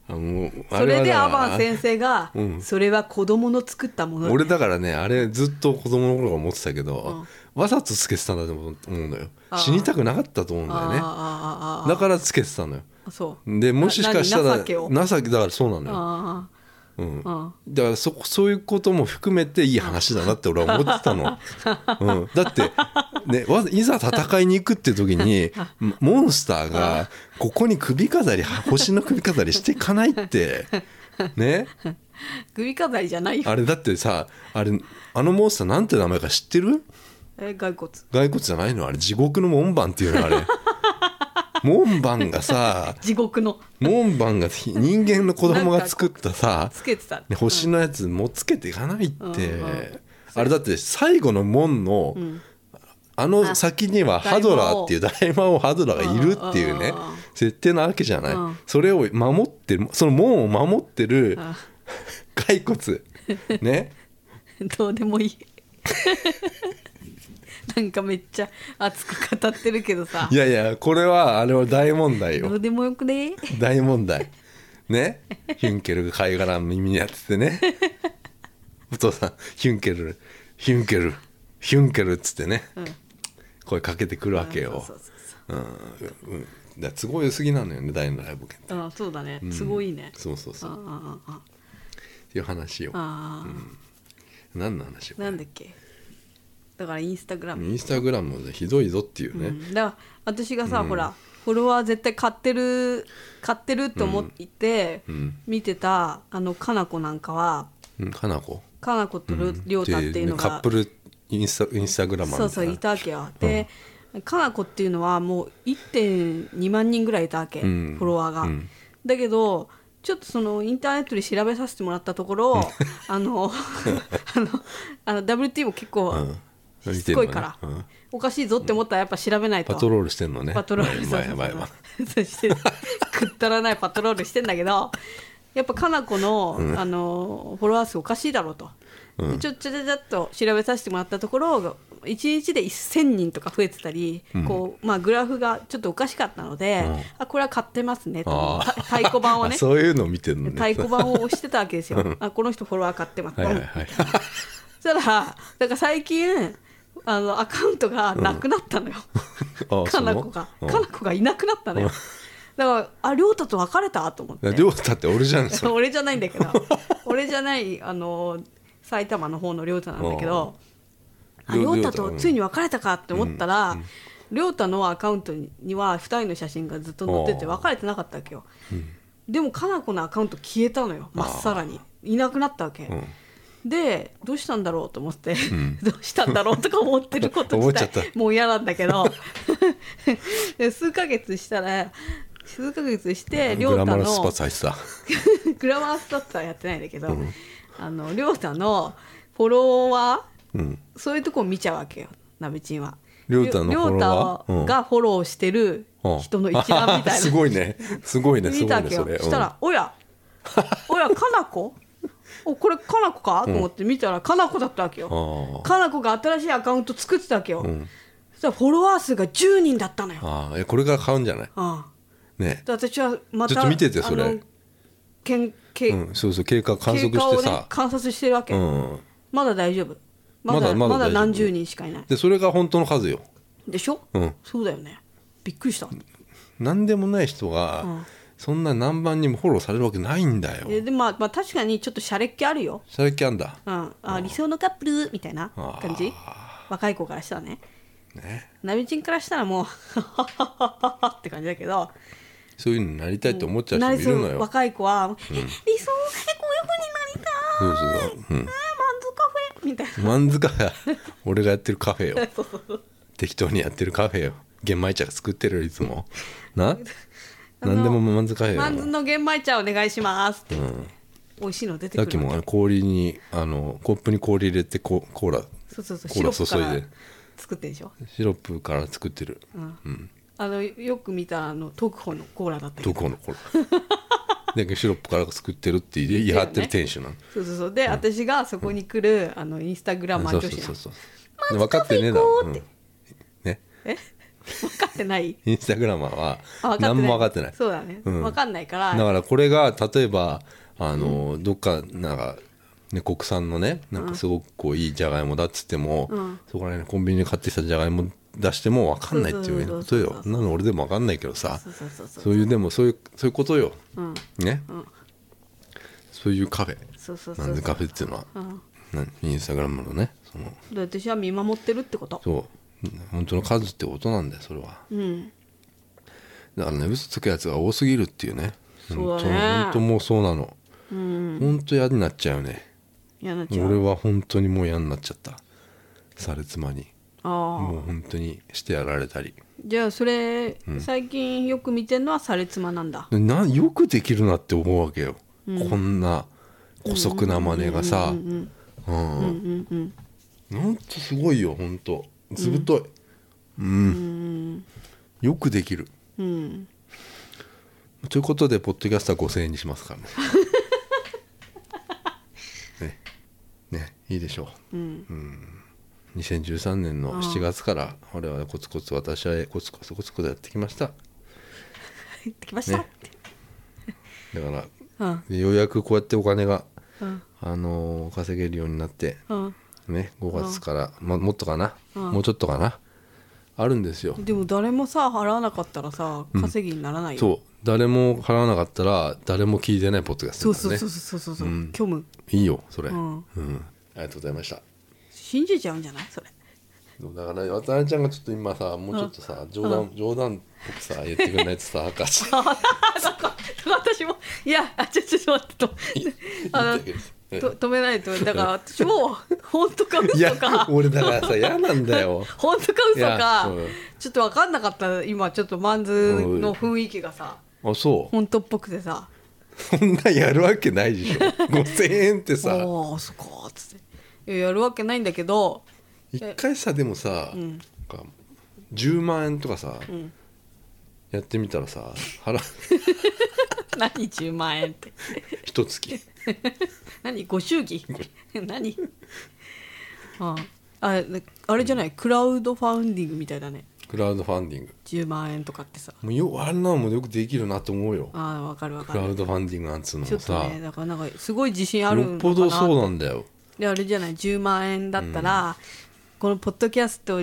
S2: あのあ
S1: それでア
S2: はだから
S1: バン先生が
S2: うん
S1: それは子供の作ったものだ
S2: 俺だからねあれずっと子供の頃から思ってたけど、わざとつけてたんだと思うのよ
S1: あー
S2: 死にたくなかったと思うんだよ
S1: あーあー
S2: ね
S1: あーあー
S2: だからつけてたのよ
S1: あそう
S2: でもしかしたら
S1: な何情けを
S2: 情けだからそうなのよ、
S1: あ
S2: うん
S1: あ、あ
S2: だからそそういうことも含めていい話だなって俺は思ってたの、うん、だって、ね、わざいざ戦いに行くって時にモモンスターがここに首飾り星の首飾りしていかないってね
S1: あ首飾りじゃないよ
S2: あれだってさあれあのモンスターなんて名前か知ってる
S1: え骸骨
S2: 骸骨じゃないのあれ地獄の門番っていうのあれ門番がさ
S1: 地獄の
S2: 門番が人間の子供が作ったさ
S1: つけてた、
S2: ね星のやつもつけていかないって、
S1: うんうん
S2: あれだって最後の門の、
S1: ん
S2: あの先にはハドラーっていう大魔王ハドラーがいるっていうね
S1: うんうんうんうん
S2: 設定なわけじゃない、
S1: うん
S2: それを守ってるその門を守ってる
S1: あ
S2: 骸骨ね
S1: どうでもい いなんかめっちゃ熱く語ってるけどさ
S2: いやいやこれはあれは大問題
S1: ど
S2: よ
S1: うでもよくね
S2: 大問題ねヒュンケルが貝殻耳に当ててねお父さんヒュンケルヒュンケルヒュンケルっつってね、
S1: ん
S2: 声かけてくるわけよ、
S1: そうそうそ
S2: うんうん、だから都合良すぎなのよね大のライブ券
S1: うあそうだねすごいね、
S2: そうそうそ
S1: あ
S2: うっ
S1: あああ
S2: ていう話を
S1: ああ、
S2: 何の話を
S1: なんだっけだからインスタグラム、
S2: インスタグラムでひどいぞっていうね、
S1: うんだから私がさ、ほらフォロワー絶対買ってる買ってると思って
S2: うん
S1: 見てた、あのかなこなんかは
S2: うん、かなこ
S1: かなことりょりょうたっていうの
S2: でねカ
S1: が
S2: ップルインスタインスタグラマーみたい
S1: そ
S2: な
S1: うそういたわけよで、かなこっていうのはもう1.2万人ぐらいいたわけ、
S2: うん
S1: フォロワーが、
S2: うん
S1: だけどちょっとそのインターネットで調べさせてもらったところあ のあのあの WT も結構
S2: うん
S1: しつこいから、
S2: 見てんのね
S1: おかしいぞって思ったらやっぱ調べないと
S2: パトロールしてんのね
S1: パトロール
S2: まあやばいやばいやばい
S1: そうそうそうそしてくったらないパトロールしてんだけどやっぱかなこの,、あのフォロワー数おかしいだろうと、
S2: うん
S1: でちょちょちょちょっと調べさせてもらったところ1日で1000人とか増えてたり、こうまあ、グラフがちょっとおかしかったので、
S2: うん
S1: あこれは買ってますねと
S2: あ
S1: た
S2: ー
S1: 太鼓判をね
S2: あそういうの見てんのね
S1: 太鼓判を押してたわけですよ、あこの人フォロワー買ってます、
S2: はいはいはい
S1: そしたらなんか最近あのアカウントがなくなったのよ、
S2: あ
S1: かなこが
S2: その
S1: かなこがいなくなったのよだからあ亮太と別れたと思っ
S2: うん
S1: て
S2: りょうたって俺じゃ んそれ
S1: 俺じゃないんだけど俺じゃないあの埼玉の方の亮太なんだけどあ
S2: りょ
S1: 亮太
S2: う
S1: とついに別れたかって思ったら亮太のアカウントには2人の写真がずっと載ってて
S2: あー
S1: 別れてなかったわけよでもかなこのアカウント消えたのよまっさらにいなくなったわけ
S2: うん
S1: でどうしたんだろうと思って、どうしたんだろうとか思ってること
S2: 思
S1: 自
S2: っちゃ
S1: 体
S2: った
S1: もう嫌なんだけど で数ヶ月したら数ヶ月して亮
S2: グラ
S1: 太
S2: マ
S1: の
S2: ラスパーツ入って た
S1: グラマラスパッツはやってないんだけど、
S2: ん
S1: あの亮太のフォロワ
S2: うん
S1: ーそういうとこ見ちゃうわけよなべちんは。
S2: 亮太のフォロワー
S1: 亮太がフォローしてる
S2: うん
S1: 人の一覧みたいな。
S2: すごいねすごいねす
S1: 見
S2: ご
S1: たわ
S2: いね
S1: け
S2: そ
S1: よ
S2: れ
S1: したら「お やおやかなこおこれかなこか?」と思って見たらかなこだったわけ
S2: う
S1: よ
S2: んあー
S1: かなこが新しいアカウント作ってたわけよ、
S2: ん
S1: そしたらフォロワー数が10人だったのよ、
S2: あーえこれから買うんじゃない
S1: うん、
S2: ね
S1: で私はまた
S2: ちょっと見ててそれ
S1: あのけんけ、
S2: うんそうそう経過観
S1: 経
S2: 測
S1: 過
S2: して
S1: をね
S2: さ
S1: 観察してるわけ、
S2: うん
S1: まだ大丈夫まだまだ
S2: まだまだ大丈夫
S1: 何十人しかいない
S2: でそれが本当の数よ
S1: でしょ、
S2: うん
S1: そうだよねびっくりした
S2: 何でもない人
S1: う
S2: が
S1: ん
S2: そんな何番にもフォローされるわけないんだよ
S1: ででまあ、まあ確かにちょっとシャレっ気あるよ
S2: シャレキャンだ
S1: うん、あ理想のカップルみたいな
S2: あー
S1: 感じ若い子からしたらね
S2: ね
S1: ナミチンからしたらもうって感じだけど
S2: そういうのになりたいって思っちゃう人もいるの
S1: な
S2: よ
S1: 若い子は、え理想えこういうふうになりたい
S2: そうそうそううん
S1: えー満足カフェみたいな
S2: マンズカフェ俺がや ってるカフェよ
S1: そうそうそう
S2: 適当にやってるカフェよ玄米茶作ってるよいつもな
S1: あの
S2: 何でもマンズカフェよ
S1: マンズの玄米茶お願いしますって、
S2: うん
S1: 美味しいの出て
S2: さっ
S1: く
S2: き
S1: る
S2: もあの氷にあのコップに氷入れてココーラ
S1: そうそうそう
S2: コ
S1: シ
S2: ー
S1: ロ
S2: ラ
S1: ップから
S2: 注いで
S1: 作ってるでしょ、
S2: シロップから作ってる
S1: うんあのよく見たあの特保のコーラだったけど
S2: どこのコーラでシロップから作ってるって言い張ってる店主なの
S1: そうそうそうで、私がそこに来る、あのインスタグラマー
S2: そう
S1: 女
S2: そう
S1: 子な
S2: そ
S1: の
S2: うそうで分かってねえだろ、うんね
S1: え 分かってない
S2: インスタグラマーは
S1: あ分かってない
S2: 何も分かってない
S1: そうだね、
S2: うん
S1: 分かんないか
S2: だ
S1: ら
S2: からこれが例えばあの、どっかなんか、ね、国産のねなんかすごくこういいじゃがいもだっつっても、
S1: うん
S2: そこら辺のコンビニで買ってきたじゃがいも出しても分かんないっていう
S1: そう
S2: こ
S1: そう
S2: と
S1: そうそう
S2: よそんなの俺でも分かんないけどさ
S1: そうそうそうそう
S2: そういうでもそういうそういうことよ、
S1: うん
S2: ね、
S1: ん
S2: そういうカフェ
S1: そうそうそう
S2: なんでカフェっていうのは、
S1: うん
S2: なんインスタグラムのねその
S1: で私は見守ってるってこと
S2: そう本当の数ってことなんだよそれは
S1: うん
S2: だからね嘘つくやつが多すぎるっていうね
S1: そうだね
S2: 本当もうそうなの
S1: うん
S2: 本当嫌になっちゃうね
S1: 嫌なちゃ
S2: 俺
S1: う
S2: は本当にもう嫌になっちゃったされ妻に
S1: ああ
S2: もう本当にしてやられたり
S1: じゃあそれ、最近よく見てるのはされ妻なんだ
S2: なよくできるなって思うわけよ、こんな姑息な真似がさ
S1: うん
S2: う
S1: う
S2: ん
S1: んうんうん
S2: なんとすごいよ本当ずぶというん、よくできる
S1: うん
S2: ということでポッドキャスター5000円にしますからね ねねいいでしょう
S1: うん
S2: 2013年の7月から我々はコツコツ私はコツコツコツコツやってきました
S1: 入ってきました、
S2: ねだから
S1: うん
S2: でようやくこうやってお金が、
S1: うん
S2: あのー稼げるようになって、
S1: うん
S2: ね、5月から、ま、もっとかな、
S1: うん
S2: もうちょっとかなあるんですよ、
S1: でも誰もさ払わなかったらさ稼ぎにならないよ、
S2: そう誰も払わなかったら誰も聞いてないポッドキャス
S1: そ
S2: ト
S1: う
S2: だか
S1: そ
S2: ら
S1: う
S2: ね
S1: そうそうそうそう、
S2: うん
S1: 虚無
S2: いいよそれ、
S1: うん
S2: ありがとうございました
S1: 信じちゃうんじゃないそれ
S2: だから渡辺ちゃんがちょっと今さもうちょっとさ冗談、冗談っぽくさ言ってくれないとさ赤字
S1: あなんか私もいやあちょちょちょっと待ってとあのと止めないとだから私も 本当か
S2: いや
S1: 嘘か
S2: 俺だからさ嫌なん だよ
S1: 本当か
S2: い
S1: 嘘
S2: や
S1: か
S2: うん
S1: ちょっと分かんなかった今ちょっとマンズの雰囲気がさ
S2: あそう
S1: 本当っぽくてさ
S2: そんなやるわけないでし ょ5,000円っ
S1: 「
S2: てさ
S1: おおそっか」っつっていややるわけないんだけど
S2: 一回さでもさ、なんか10万円とかさ、やってみたらさ 払う
S1: 何10万円って
S2: 一月
S1: 何ご祝儀 何あああれじゃないクラウドファウンディングみたいだね
S2: クラウドファンディング
S1: 10万円とかってさ
S2: もうよあんなのもよくできるなと思うよ
S1: あーわかるわか
S2: クラ
S1: る
S2: ウドファンディングなんつうの
S1: ちょ
S2: も
S1: っと
S2: さ、
S1: ねだからなんかすごい自信ある
S2: よっ
S1: の
S2: ぽど
S1: か
S2: そう
S1: な
S2: なんだよ
S1: であれじゃない10万円だったら、このポッドキャスト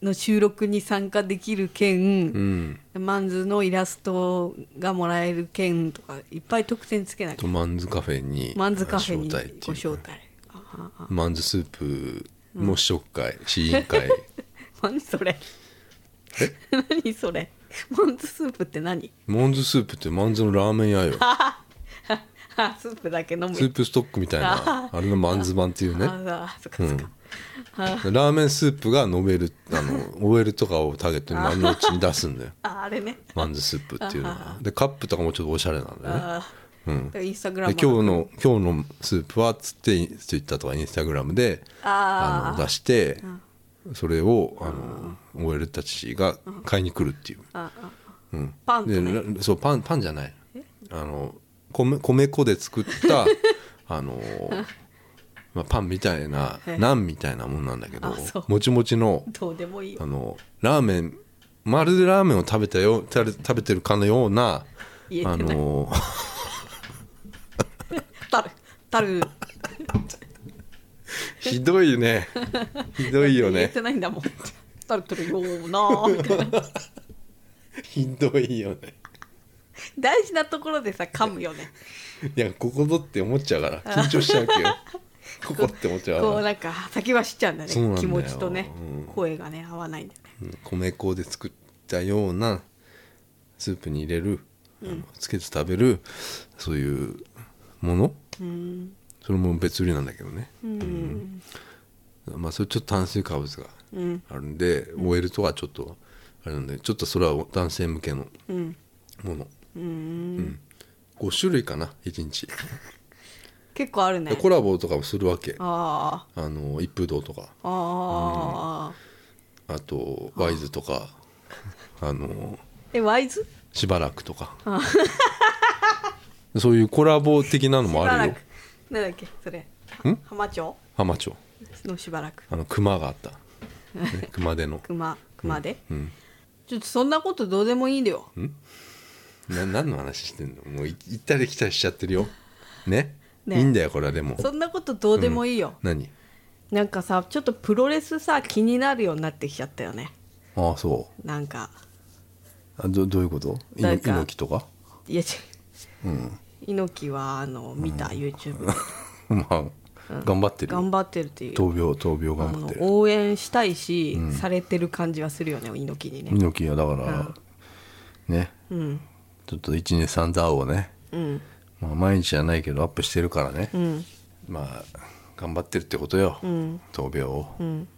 S1: の収録に参加できる
S2: う
S1: 券、
S2: ん
S1: マンズのイラストがもらえる券とかいっぱい特典つけない
S2: とマンズカフェに
S1: マンズカフェに
S2: 招待って
S1: ご
S2: い
S1: 招
S2: う
S1: 待あはは
S2: マンズスープの試食会、試 飲会
S1: 何それ 何それマンズスープって何
S2: マンズスープってマンズのラーメン屋よ
S1: あスープだけ飲む
S2: スープストックみたいなあれのマンズ版っていうね
S1: ああそっかそっか、
S2: ラーメンスープが飲める あの OL とかをターゲットに丸の内に出すんだよ
S1: ああれね
S2: マンズスープっていうのはでカップとかもちょっとおしゃれなんだよね
S1: あ
S2: う
S1: ー
S2: ん
S1: インスタグラ
S2: で
S1: ム
S2: 今日の今日のスープはつってツイッターとかインスタグラムで
S1: あー
S2: の出して、それをあの OL たちが買いに来るっていう、
S1: ああ
S2: うん、
S1: パンとね
S2: でなそうパンパンじゃないあの米米粉で作った あの、まあ、パンみたいな
S1: え
S2: ナンみたいなもんなんだけど
S1: あそう
S2: もちもちの
S1: どうでもいいよ
S2: あのラーメンまるでラーメンを食べたよた食べてるかのような
S1: 言え
S2: あ
S1: てない
S2: の
S1: たるたる
S2: ひどいね。ひどいよ
S1: 言え
S2: ね。
S1: てないんだもんたるたるよー なーみたいな
S2: ひどいよね。
S1: 大事なところでさ噛むよね
S2: いや、ここぞって思っちゃうから、緊張しちゃう けど。ここって思っちゃう
S1: こう
S2: から。
S1: なんか先走っちゃうんだね
S2: そうなんだよ
S1: 気持ちとね、
S2: うん
S1: 声がね合わないんだよね
S2: うん米粉で作ったような。スープに入れる。あのつけて食べる。そういう。もの。
S1: うん
S2: それも別売りなんだけどね。
S1: うん
S2: まあ、それちょっと炭水化物が。
S1: うん
S2: あるんで、OL とはちょっと。あれなんで、ちょっとそれは男性向けの。
S1: うん
S2: もの。
S1: うん
S2: 五種類かな、一日。
S1: 結構あるね
S2: でコラボとかもするわけ。
S1: あ
S2: あの一風堂とか
S1: あああ、
S2: あとワイズと かあの
S1: えワイズ
S2: しばらくとか そういうコラボ的なの
S1: し
S2: も
S1: ば
S2: あ
S1: ら
S2: るよ
S1: くなんだっけそれ
S2: ん
S1: 浜町
S2: 浜町
S1: のしばらく
S2: あの熊があった、ね、 熊手の、
S1: 熊熊で、
S2: うん、
S1: ちょっとそんなことどうでもいいんだよ
S2: な何の話してんのもうい行ったり来たりしちゃってるよね
S1: ね
S2: いいんだよこれはでも
S1: そんなことどうでもいいよ、
S2: 何
S1: なんかさちょっとプロレスさ気になるようになってきちゃったよね
S2: ああそう
S1: なんか
S2: あどどういうこといの
S1: なんか
S2: 猪木とか
S1: いや違
S2: うん
S1: う猪木はあの見た、YouTube
S2: まあ、頑張ってる
S1: 頑張ってるっていう
S2: 闘病闘病
S1: あ
S2: 頑張っ
S1: の
S2: てる
S1: 応援したいし、されてる感じはするよね猪木にね
S2: 猪木はだから、ね
S1: うん
S2: ちょっと123ダウをね、
S1: うん
S2: まあ、毎日じゃないけどアップしてるからね、
S1: うん
S2: まあ頑張ってるってことよ、
S1: ん
S2: 闘病を、
S1: うん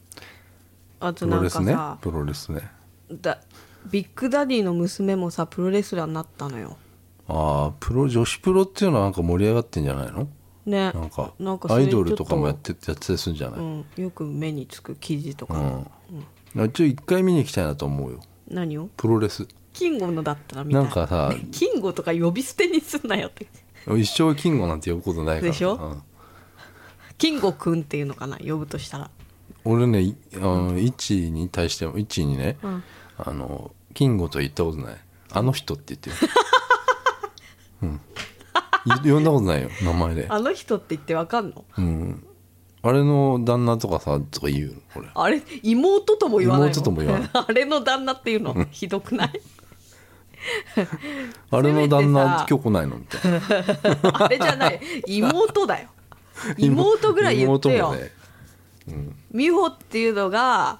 S1: あと
S2: プ
S1: な
S2: ロ
S1: ん
S2: レ
S1: か
S2: スね
S1: さ、
S2: プロレスね
S1: だビッグダディの娘もさプロレスラーになったのよ
S2: ああプロ女子プロっていうのはなんか盛り上がってんじゃないの
S1: ね
S2: なんか
S1: なんかそ
S2: ア
S1: れ
S2: イドルとかもやっ
S1: ち
S2: てやってたりするんじゃ
S1: ょっ
S2: な
S1: と、う
S2: い
S1: ん、よく目につく記事とか、
S2: うん、うん、ちょ一回見に行きたいなと思うよ
S1: 何を
S2: プロレス
S1: キングのだったらみたい
S2: なんかさ
S1: キングとか呼び捨てにすんなよって
S2: 一生キングなんて呼ぶことないから
S1: でしょ
S2: うん
S1: キングくんっていうのかな呼ぶとしたら
S2: 俺ねいあの1位に対しても1位にね、
S1: うん
S2: あのキンゴと言ったことないあの人っ て言ってるうんい呼んだことないよ名前で
S1: あの人って言ってわかんの
S2: うんあれの旦那とかさとか言うの俺
S1: あれ妹とも言わないの
S2: 妹とも言わない
S1: あれの旦那っていうのひどくない
S2: あれの旦
S1: せめて
S2: 那
S1: さ
S2: 今日来ないのみたいな
S1: あれじゃない妹 だよ妹ぐらい言って
S2: 妹も
S1: よ、
S2: ね
S1: 美穂っていうのが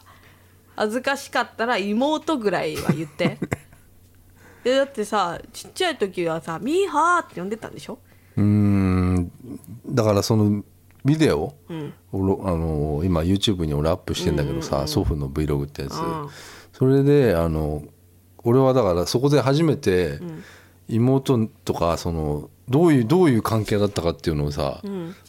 S1: 恥ずかしかったら妹ぐらいは言って いやだってさちっちゃい時はさ「ミーハー」って呼んでたんでしょ
S2: うーんだからそのビデオ、おろあの今 YouTube に俺アップしてんだけどさ、祖父の Vlog ってやつ、
S1: うん
S2: それであの俺はだからそこで初めて妹とかそのどういうどういう関係だったかっていうのをさ、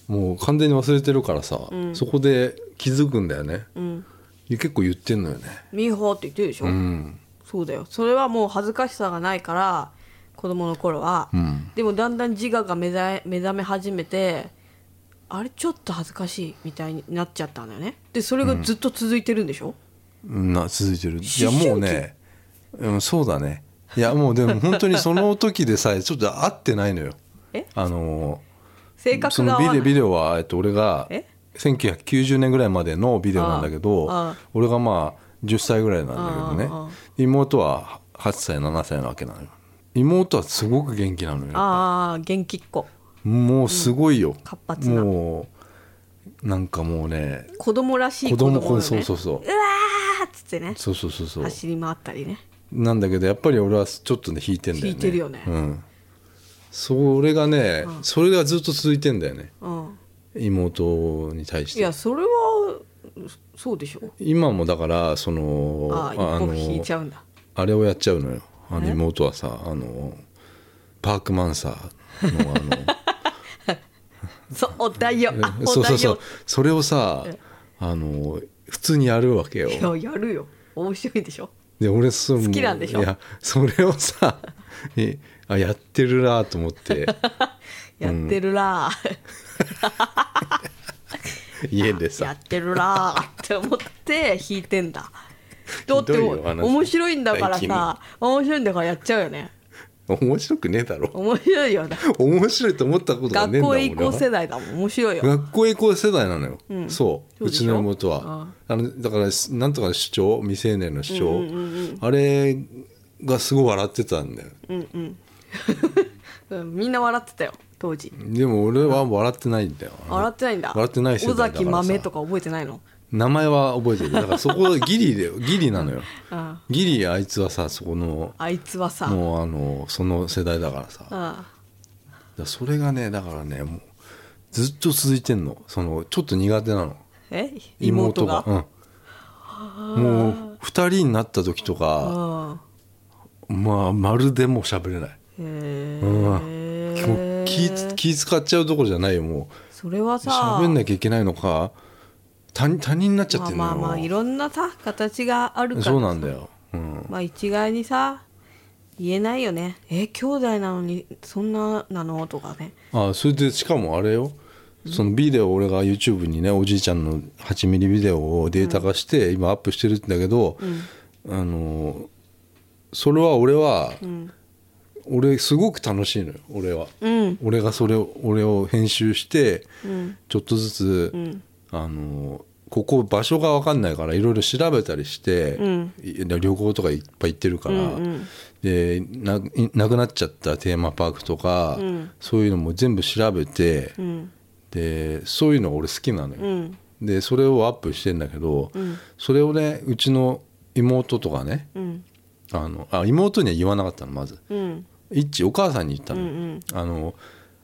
S2: もう完全に忘れてるからさ、そこで気づくんだよね
S1: うん
S2: 結構言ってんのよね
S1: 「ミーハー」って言ってるでしょ、
S2: うん
S1: そうだよそれはもう恥ずかしさがないから子供の頃は、
S2: うん
S1: でもだんだん自我が目覚め目覚め始めてあれちょっと恥ずかしいみたいになっちゃったんだよねでそれがずっと続いてるんでしょ、
S2: な続いてるいや
S1: 思春期
S2: もうね、うん、そうだねいやもうでも本当にその時でさえちょっと合ってないのよ
S1: え
S2: あの
S1: 性格
S2: そ
S1: が
S2: の
S1: 合
S2: ビ
S1: わな
S2: デ
S1: い
S2: ビデオは、えっと、俺が
S1: え
S2: 1990年ぐらいまでのビデオなんだけど
S1: ああああ
S2: 俺がまあ10歳ぐらいなんだけ
S1: ああ
S2: ど
S1: ああ
S2: ね妹は8歳7歳なわけなのよ妹はすごく元気なのよ
S1: ああ元気っ子
S2: もうすごいよ、
S1: 活発な
S2: もうなんかもうね
S1: 子供らしい
S2: 子
S1: 子供
S2: 供
S1: よ、ね、
S2: そうそうそう
S1: うわーっつってね
S2: そうそうそうそう
S1: 走り回ったりね
S2: なんだけどやっぱり俺はちょっとね引いてんだよね
S1: 引いてるよね
S2: うん、それがね、それがずっと続いてんだよね
S1: うん
S2: 妹に対し
S1: い
S2: て
S1: やそれはそうでしょ
S2: 今もだからその
S1: ああ一歩引いち
S2: あ
S1: ゃうんだ
S2: のあれをやっちゃうのよあの
S1: え
S2: 妹はさあのパークマンサーのあの
S1: そうだよ あそう
S2: そうそう
S1: だ
S2: そ
S1: よ
S2: うそれをさあの普通にやるわけよ
S1: いややるよ面白いでしょ
S2: で俺そ好
S1: 好きなんでしょ
S2: いやそれをさえあやってるなと思って
S1: やってるなー、
S2: 家で
S1: や
S2: さ
S1: ってるなーって思って弾いてんだだって
S2: ひどいよ話
S1: 面白いんだからさ面白いんだからやっちゃうよね
S2: 面白くねえだろ
S1: 面白いよね
S2: 面白いと思ったことがね
S1: 学
S2: えんだも
S1: 校
S2: ん
S1: へ行こう
S2: 俺は
S1: 世代だもん面白いよ
S2: 学校へ行こう世代なのよ、そう
S1: そう
S2: う
S1: でしょ
S2: ちの妹はあのだからすなんとかの主張未成年の主張、あれがすごい笑ってたんだよ
S1: うんみんな笑ってたよ当時
S2: でも俺は笑ってないんだよ
S1: 笑ってないんだ
S2: 笑ってない世
S1: 尾
S2: 代だか
S1: 崎
S2: らさ
S1: 豆とか覚えてないの
S2: 名前は覚えてるだからそこはギ リでギリなのよ
S1: あ
S2: ギリあいつはさそこの
S1: あいつはさ
S2: もうあのその世代だからさだか
S1: あ
S2: らそれがねだからねもうずっと続いてんのそのちょっと苦手なの
S1: え妹が
S2: うん、もう2人になった時とか
S1: あ
S2: まあまるでもう喋れない、
S1: へ
S2: うん、もう気
S1: え
S2: 気使っちゃうところじゃないよも
S1: それは
S2: う
S1: さ
S2: 喋んなきゃいけないのか他人他人になっちゃってんの
S1: ま
S2: よ
S1: あまあまあいろんなさ形があるからさ
S2: そうなんだよ、うん、
S1: まあ一概にさ言えないよねえ兄弟なのにそんななのとかね
S2: あそれでしかもあれよそのビデオ俺が YouTube にねおじいちゃんの8ミリビデオをデータ化して今アップしてるんだけど、あのそれは俺は、
S1: ん
S2: 俺すごく楽しいのよ俺は、
S1: うん
S2: 俺がそれを俺を編集して、
S1: うん
S2: ちょっとずつ、
S1: ん
S2: あのここ場所が分かんないからいろいろ調べたりして、
S1: うん
S2: い旅行とかいっぱい行ってるから、
S1: うんうん
S2: でないなくなっちゃったテーマパークとか、
S1: うん
S2: そういうのも全部調べて、
S1: うん
S2: でそういうの俺好きなのよ、
S1: うん
S2: でそれをアップしてんだけど、
S1: ん
S2: それをねうちの妹とかね
S1: うん
S2: あのあ妹には言わなかったのまず
S1: うん
S2: 一お母さんに言ったの,、
S1: うん
S2: あの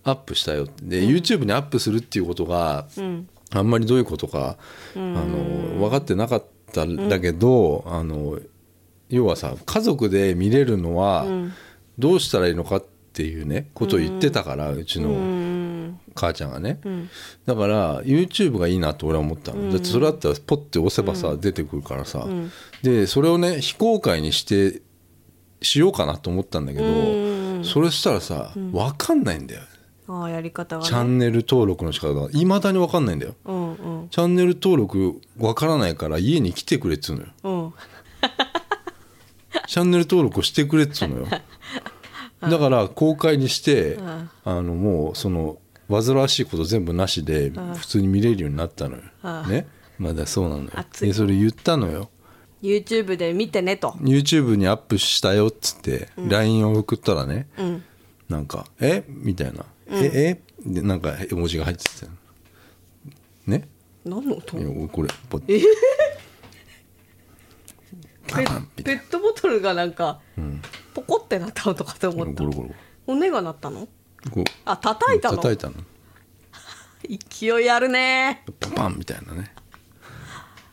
S2: アップしたよってで、YouTube にアップするっていうことが
S1: うん
S2: あんまりどういうことか、あの分かってなかったんだけど、あの要はさ家族で見れるのは
S1: ん
S2: どうしたらいいのかっていうねことを言ってたから、うち
S1: う
S2: の
S1: ん
S2: 母ちゃんがね、
S1: うん
S2: だから YouTube がいいなと俺は思ったの、だってそれだったらポッて押せばさ、出てくるからさ、
S1: ん
S2: でそれをね非公開にしてしようかなと思ったんだけど、
S1: うん
S2: それしたらさ、分かんないんだよ
S1: ああやり方
S2: チャ
S1: がね
S2: ンネル登録の仕方がいまだに分かんないんだよ
S1: うんうん
S2: チャンネル登録分からないから家に来てくれっつうのよ
S1: うん
S2: チャンネル登録をしてくれっつうのよ だから公開にして、
S1: ん
S2: あのもうその煩わしいこと全部なしで普通に見れるようになったのよ、
S1: うん
S2: ねまだそうなのよ
S1: 熱い
S2: でそれ言ったのよ
S1: YouTube で見てねと
S2: YouTube にアップしたよっつって、LINE を送ったらね、
S1: うん
S2: なんか「えみたいな「ええでなんか絵文字が入ってたのね
S1: 何の音
S2: いや俺これポッ
S1: ペペットボトルがなんかポコってなった音かと思っ
S2: ゴ
S1: た
S2: ロゴロ
S1: 骨がなったの
S2: こう
S1: あ叩いたの
S2: 叩いたの
S1: 勢いあるね
S2: パンパンみたいなね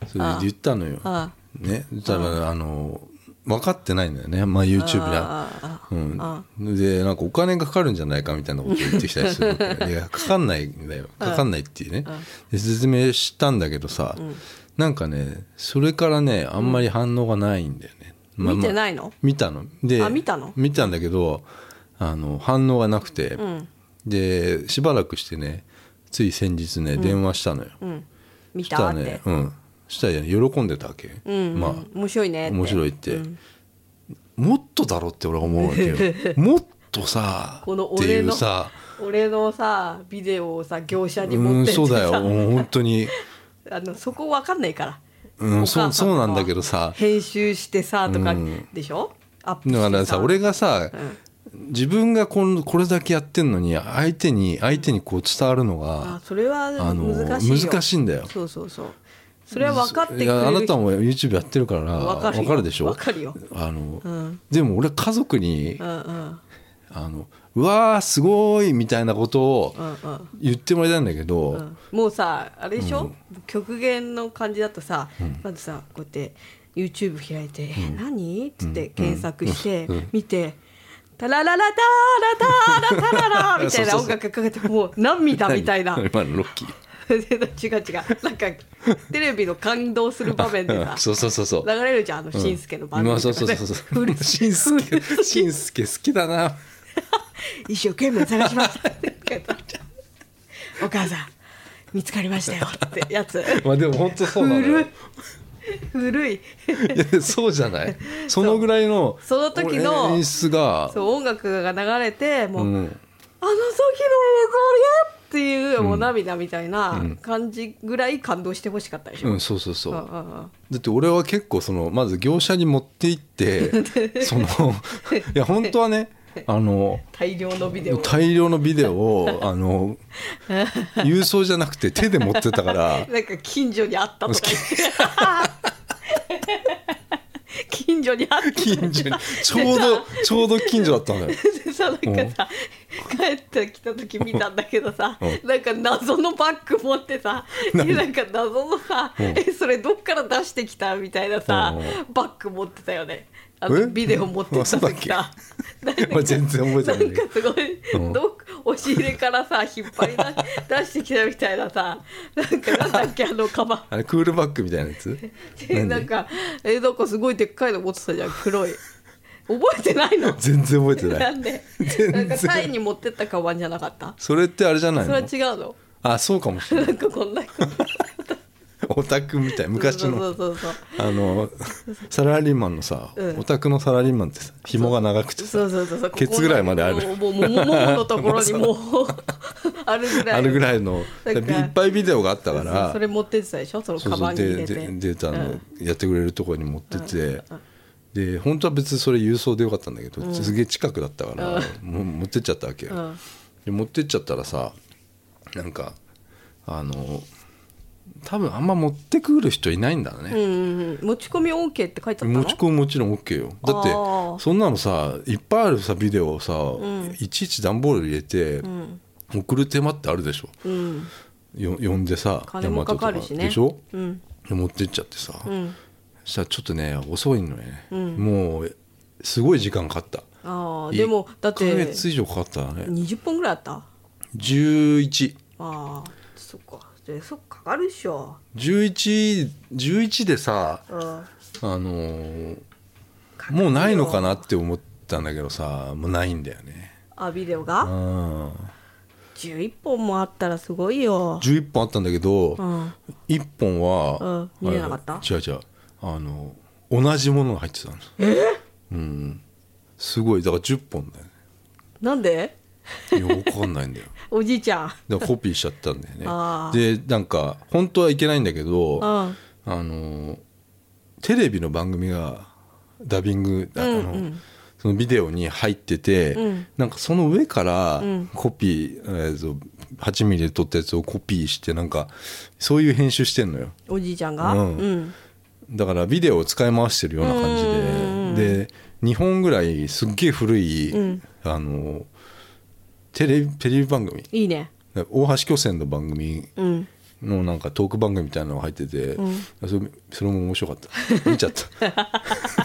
S2: それで言ったのよ
S1: あ
S2: ねそしたらあの分かってないんだよね、まあ、YouTube で
S1: ああ
S2: うん、でなんかお金がかかるんじゃないかみたいなこと言ってきたりするわけ いやかかんないんだよかかんないっていうねで説明したんだけどさ、なんかねそれからねあんまり反応がないんだよね、まあ
S1: 見てない
S2: まあ
S1: の
S2: 見たので
S1: あ見たの
S2: 見たんだけどあの反応がなくて、
S1: ん
S2: でしばらくしてねつい先日ね電話したのよ、
S1: うん見
S2: した
S1: ー
S2: ら
S1: って、
S2: ねうんしたらね喜んでたわけ、
S1: うん、
S2: まあ
S1: 面白いねって
S2: 面白いって、もっとだろって俺は思うわ けよもっとさ
S1: この
S2: ってい
S1: 俺
S2: う
S1: の
S2: さ
S1: 俺のさビデオをさ業者
S2: う
S1: に持っ
S2: ん
S1: てってさ、
S2: そうだ よもう本当に
S1: あのそこわかんないから、
S2: うん
S1: お母さとか
S2: そうそうなんだけどさ
S1: 編集してさとか
S2: うん
S1: でしょ、アップして
S2: だ
S1: さ
S2: からさ俺がさ、自分がこのこれだけやってんのに相手に相手にこう伝わるの
S1: あ
S2: が、
S1: それは
S2: あの
S1: 難しいよ
S2: 難しいんだよ
S1: そうそうそうそれは分かってくれ
S2: い
S1: る
S2: やあなた
S1: 人
S2: も YouTube やってるから
S1: わかるよ
S2: わかるでしょ
S1: わかるよ
S2: あの、
S1: うん
S2: でも俺家族に
S1: うんうん
S2: あのうわーすごいみたいなことを
S1: うんうん
S2: 言ってもらいたいんだけど、
S1: うんもうさあれでしょ、極限の感じだとさ、まずさこうやって YouTube 開いて「え何?」っつって検索して、見て「タラララタラタラタララ」みたいな
S2: そうそうそう
S1: 音楽がかけてもう涙みたい な違う
S2: 今のロッキー
S1: 違うなんかテレビの感動する場面でさ
S2: そうそうそうそう
S1: 流れるじゃんあのしんすけの番
S2: ま
S1: 組
S2: あ
S1: と
S2: そう
S1: か
S2: そう
S1: ね
S2: そうそう
S1: 古い
S2: しんすけしんすけ好きだな
S1: 一生懸命探しましたって言うけど お母さん見つかりましたよってやつ
S2: まあでも本当そうなの
S1: 古
S2: よ
S1: い 古い
S2: いやそうじゃないそのぐらいの
S1: その時の
S2: 俺演出が
S1: そう音楽が流れてもう、
S2: うん
S1: あの時の映像がっていう、もう涙みたいな感じぐらい感動してほしかったでしょ、
S2: うん、そうそうそう、
S1: うんうんうん
S2: だって俺は結構そのまず業者に持って行って そのいや本当はねあの
S1: 大量のビデオだ
S2: 大量のビデオ をあの郵送じゃなくて手で持ってたから
S1: なんか近所にあったとか言って 近所にあったとか言
S2: 近
S1: って
S2: 所
S1: さ
S2: にちょうどちょうど近所だ ったのよ。
S1: でさなんかさ、帰ってきた時見たんだけどさ、
S2: う
S1: なんか謎のバッグ持ってさ、でなんか謎のさ、えそれどっから出してきたみたいなさ、バッグ持ってたよねあ
S2: え
S1: のビデオ持ってた
S2: そうだっ
S1: 時
S2: け
S1: さなんか
S2: 俺全然覚えてないん だけ
S1: なんかすごい、どっ押し入れからさ引っ張り 出出してきたみたいなさなんかなんだっけあのカバン
S2: あれクールバッグみたいなやつ
S1: でなんかえなんかすごいでっかいの持ってたじゃん黒い覚えてないの
S2: 全然覚えて な
S1: ないんで
S2: 全然
S1: なんかタイに持ってったカバンじゃなかった
S2: それってあれじゃない
S1: それは
S2: の
S1: 違うの
S2: あそうかもしれない
S1: なんかこんな
S2: オタクみたい昔
S1: そ
S2: の
S1: うそうそう
S2: あのサラリーマンのさ
S1: うん
S2: オタクのサラリーマンってさ紐が長くてさ
S1: そうそうそうそう
S2: ケツぐらいまである
S1: もうもうもうもうもうのところに もうあるぐらい
S2: あるぐ
S1: い
S2: らいの
S1: なん
S2: い
S1: か
S2: っぱいビデオがあったから
S1: それ持ってってたでしょその
S2: そう
S1: カ
S2: そ
S1: バ
S2: う
S1: ンに入れ
S2: で
S1: て
S2: でデータ
S1: う
S2: の
S1: ん
S2: やってくれるところに持ってて、で本当は別にそれ郵送でよかったんだけど、すげえ近くだったから、もう持ってっちゃったわけよ、
S1: うん
S2: で持ってっちゃったらさなんかあの多分あんま持ってくる人いないんだね、
S1: うんうんうん持ち込み OK って書いてあったの
S2: 持ち込むもちろん OK よだ
S1: あ
S2: っ
S1: ー
S2: てそんなのさいっぱいあるさビデオをさ、いちいち段ボール入れて、送る手間ってあるでしょ
S1: うん
S2: よ呼んでさ
S1: 金もかかるしね
S2: 大和とでしょ、
S1: うん
S2: で持ってっちゃってさ、
S1: うん
S2: そしたらちょっとね遅いのね、もうすごい時間かかった
S1: ああでもだっ
S2: 1ヶ
S1: て
S2: 月以上かかったね
S1: 20本ぐらいあった
S2: 1111
S1: ああそっかでそっかかかるでしょ
S2: 11でさ
S1: うん
S2: あのーもうないのかなって思ったんだけどさもうないんだよね
S1: あビデオ
S2: う
S1: が
S2: ん
S1: 11本もあったらすごいよ
S2: 11本あったんだけど、
S1: うん
S2: 1本は、
S1: うん見えなかった
S2: あれ違う違うあの同じものが入ってたのうんすごいだから10本だよね
S1: なんで
S2: いや分かんないんだよ
S1: おじいちゃん
S2: だからコピーしちゃったんだよ
S1: あ
S2: ねでなんか本当はいけないんだけ
S1: う
S2: ど、あ
S1: ん
S2: のテレビの番組がダビング、あ
S1: うん
S2: あ
S1: う
S2: の
S1: ん
S2: そのビデオに入ってて、
S1: うん
S2: なんかその上から
S1: うん
S2: コピー、えーと、8ミリで撮ったやつをコピーしてなんかそういう編集してんのよ
S1: おじいちゃんが
S2: うん
S1: うん
S2: だからビデオを使い回してるような感じ
S1: うんうんうん
S2: でで2本ぐらいすっげえ古い、
S1: うん
S2: あのテレビテレビ番組
S1: いいね
S2: 大橋巨泉の番組
S1: うん
S2: のなんかトーク番組みたいなのが入ってて、それそれも面白かった見ちゃった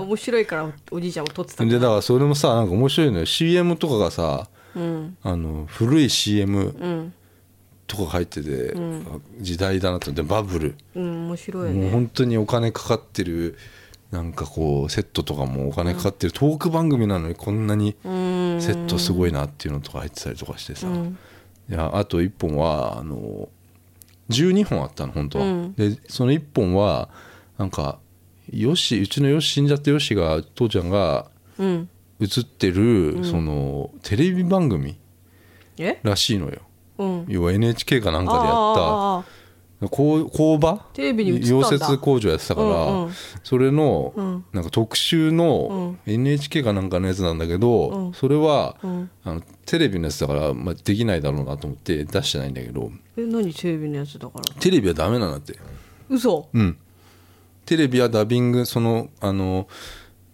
S1: 面白いからおじいちゃんも撮ってたん
S2: で
S1: だ
S2: だからそれもさなんか面白いのよ CM とかがさ
S1: うん
S2: あの古い CM
S1: うん
S2: とかが入ってて、時代だなと思ってバブル、
S1: うん面白いよ
S2: もう
S1: ね
S2: 本当にお金かかってるなんかこうセットとかもお金かかってる、トーク番組なのにこんなにセ
S1: うん
S2: ットすごいなっていうのとか入ってたりとかしてさ、
S1: ん
S2: いやあと1本はあの12本あったの本当は、
S1: うん
S2: でその1本はなんかよしうちのよし死んじゃったよしが父ちゃんが
S1: うん
S2: 映ってる、そのテレビ番組
S1: え
S2: らしいのよ
S1: うん
S2: 要は NHK かなんかでやった
S1: あーあーあ
S2: 工工場
S1: テレビに映ったんだ
S2: 溶接工場やってたから、
S1: うんうん
S2: それの、
S1: うん
S2: なんか特集の NHK かなんかのやつなんだけど、
S1: うん
S2: それは、
S1: うん
S2: あのテレビのやつだから、まあ、できないだろうなと思って出してないんだけど
S1: ーえ何テレビのやつだから
S2: テレビはダメなんだって
S1: 嘘
S2: うんテレビはダビングそのあの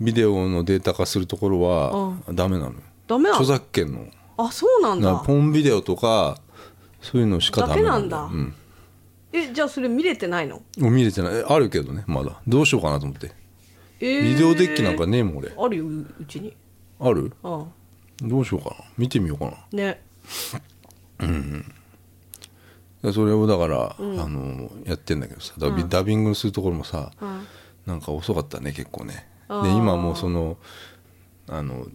S2: ビデオのデータ化するところは、ダメなのよ
S1: だダメな
S2: 著
S1: の
S2: 作権の
S1: あそうなん
S2: な
S1: だ
S2: ポンビデオとかそういうのしかダメなんだ
S1: だけ
S2: う
S1: なんえじゃあそれ見れてないの
S2: もう見れてないえあるけどねまだどうしようかなと思って
S1: えー
S2: ビデオデッキなんかねえもん俺
S1: あるよううちに
S2: ある
S1: あ
S2: どうしようかな見てみようかな
S1: あね
S2: でそれをだから、あのやってんだけどさダビ,、ダビングするところもさ、
S1: ん
S2: なんか遅かったね結構ねで
S1: あー
S2: 今もうそのあの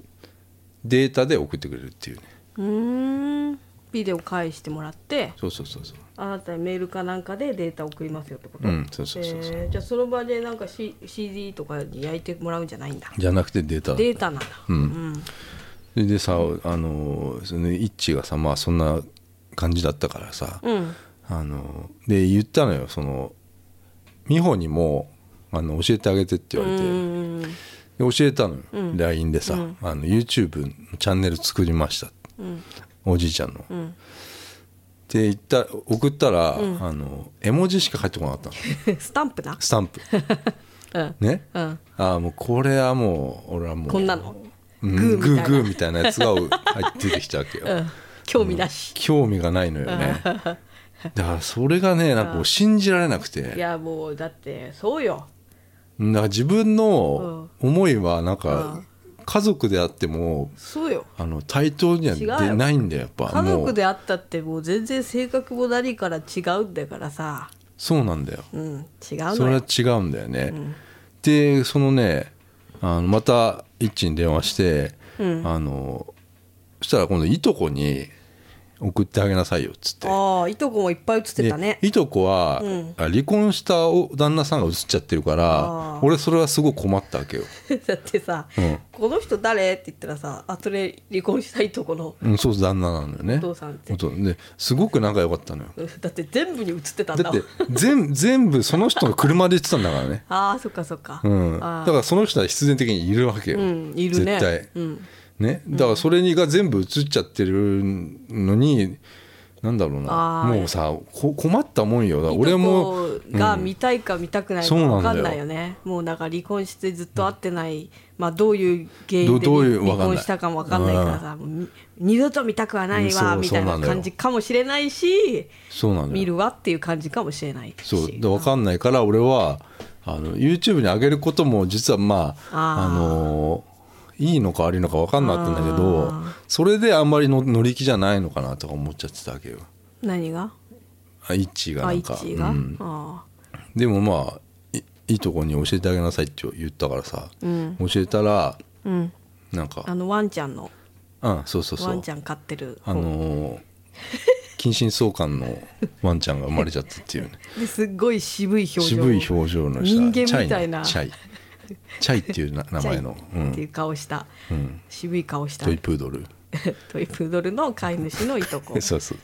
S2: データで送ってくれるっていうね
S1: うーんビデオ返してもらって
S2: そうそうそうそう
S1: あなたにメールかなんかでデータ送りますよってこと、
S2: うんそうそうそうそう
S1: えーじゃあその場でなんか、C、CD とかに焼いてもらうんじゃないんだ
S2: じゃなくてデータ
S1: データなんだうん、
S2: それでさあのそのイッチがさまあそんな感じだったからさ、
S1: うん
S2: あので言ったのよその美穂にもあの教えてあげてって言われて、
S1: うん
S2: で教えたのよ、LINE でさ、あの YouTube のチャンネル作りました、おじいちゃんの。
S1: ん
S2: で言った送ったら、あの絵文字しか返ってこな かったの
S1: スタンプな
S2: スタンプ。
S1: うん
S2: ね、
S1: うん
S2: ああもうこれはもう俺はもう
S1: こんなの
S2: うん
S1: グーみたい
S2: グ
S1: な
S2: ーグーみたいなやつが入って出てきたわけよ、
S1: うん興味なし、
S2: 興味がないのよねだからそれがねなんかもう信じられなく
S1: い
S2: て
S1: やもうだってそうよ
S2: だから自分の思いはなんか家族であっても
S1: そうよ
S2: あの対等には
S1: 違う
S2: 出
S1: よ
S2: ないんだよやっぱ
S1: 家
S2: も
S1: 族
S2: う
S1: であったってもう全然性格も何から違うんだからさ
S2: そうなんだよ
S1: うん違う
S2: そ
S1: の
S2: れは
S1: よ
S2: 違うんだよね、でそのねあのまた一致に電話して、あのそしたら今度いとこに送ってあげなさいよっつって
S1: ああいとこもいっぱい映ってたね
S2: でいとこは、
S1: ん
S2: あ離婚したお旦那さんが映っちゃってるから
S1: あー
S2: 俺それはすごい困ったわけよ、
S1: だってさ、
S2: うん
S1: この人誰?」って言ったらさあそれ離婚したいとこの
S2: うん、そう旦那なのよね
S1: お父さんって
S2: お父ですごく仲良かったのよ
S1: だって全部に映ってたん
S2: だ
S1: だ
S2: っ
S1: もん
S2: て全全部その人の車で行ってたんだからね
S1: ああそっかそっか、
S2: うん、だ
S1: あ
S2: からその人は必然的にいるわけよ、
S1: ーうんいるね
S2: 絶
S1: う
S2: 対、
S1: ん、
S2: ね、だからそれにが全部映っちゃってるのになんだろうな
S1: あー
S2: もうさこ困ったもんよだから
S1: 俺
S2: 俺
S1: も
S2: も
S1: が見たいか見たくないか
S2: そうな
S1: 分
S2: んだ
S1: か
S2: よ
S1: んないよね、もうなんか離婚してずっと会ってない、まあどういう原因
S2: ど
S1: で
S2: どういう
S1: 離
S2: わかんない
S1: 婚したかも分かんないからさ、もうみ二度と見たくはないわ
S2: うんそう
S1: みたい
S2: そ
S1: な
S2: うなのよ
S1: 感じかもしれないし
S2: そうなのよ
S1: 見るわっていう感じかもしれないし
S2: そうで分かんないから俺はあの YouTube に上げることも実はまあ
S1: あー
S2: あのいいのか悪いのか分かんなかったんだけ
S1: あ
S2: ど
S1: ー
S2: それであんまりの乗り気じゃないのかなとか思っちゃってたわけよ
S1: 何が
S2: あイッチーが
S1: あ
S2: なん
S1: 一
S2: か
S1: が、
S2: うん
S1: あ
S2: でもまあいいいとこに教えてあげなさいって言ったからさ、
S1: うん
S2: 教えたら
S1: あうん
S2: なんか
S1: あのワンちゃんの
S2: うんそうそうそう
S1: ワンちゃん飼ってる
S2: あのー近親相関のワンちゃんが生まれちゃったっていうね
S1: ですっごい渋い 表情
S2: 渋い表情の
S1: 人
S2: 人
S1: 間みたいな
S2: チャイねチャイチャイっていうな名前の、う
S1: っていう
S2: ん
S1: 顔した、
S2: うん、
S1: 渋い顔した
S2: トイプードル
S1: トイプードルの飼い主のいとこ
S2: そうそう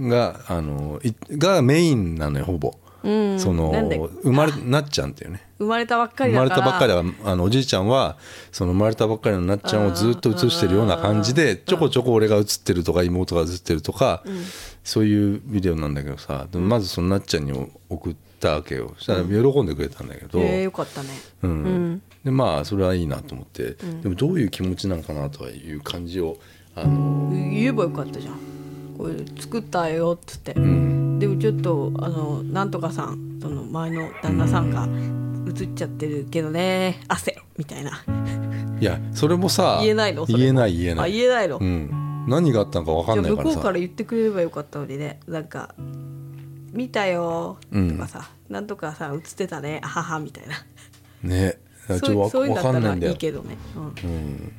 S2: があのいがメインなのよほぼ、
S1: うん
S2: その
S1: なんで
S2: 生まれなっちゃんっていうね
S1: 生まれたばっかり
S2: 生
S1: だ
S2: ま
S1: から
S2: れたばっかりだからあのおじいちゃんはその生まれたばっかりのなっちゃんをずっと映してるような感じでちょこちょこ俺が映ってるとか妹が映ってるとか、そういうビデオなんだけどさでもまずそのなっちゃんに送ったわけよそしたら喜んでくれたんだけど、
S1: えー、よかったね
S2: うん
S1: ん
S2: でまあそれはいいなと思って、でもどういう気持ちなのかなとはいう感じをあの、
S1: 言えばよかったじゃんこれ作ったよっつって、
S2: うん
S1: でもちょっとあのなんとかさんその前の旦那さんが映っちゃってるけどね汗みたいない
S2: やそれもさ
S1: 言えないのそれも
S2: 言えない言えな
S1: あ
S2: い
S1: 言えないの、
S2: うん、何があったのか分かん
S1: じ
S2: な
S1: ゃあ向
S2: いか
S1: こ
S2: ら
S1: う
S2: さ
S1: から言ってくれればよかったのにねなんか「見たよ」とかさ「なんとかさ映ってたねあはは」みたいな
S2: ねちょっ
S1: そう
S2: とわ
S1: そういう
S2: 分
S1: んだっ
S2: か
S1: た
S2: んな
S1: ら
S2: いんだ
S1: いい
S2: よ
S1: けどね、うん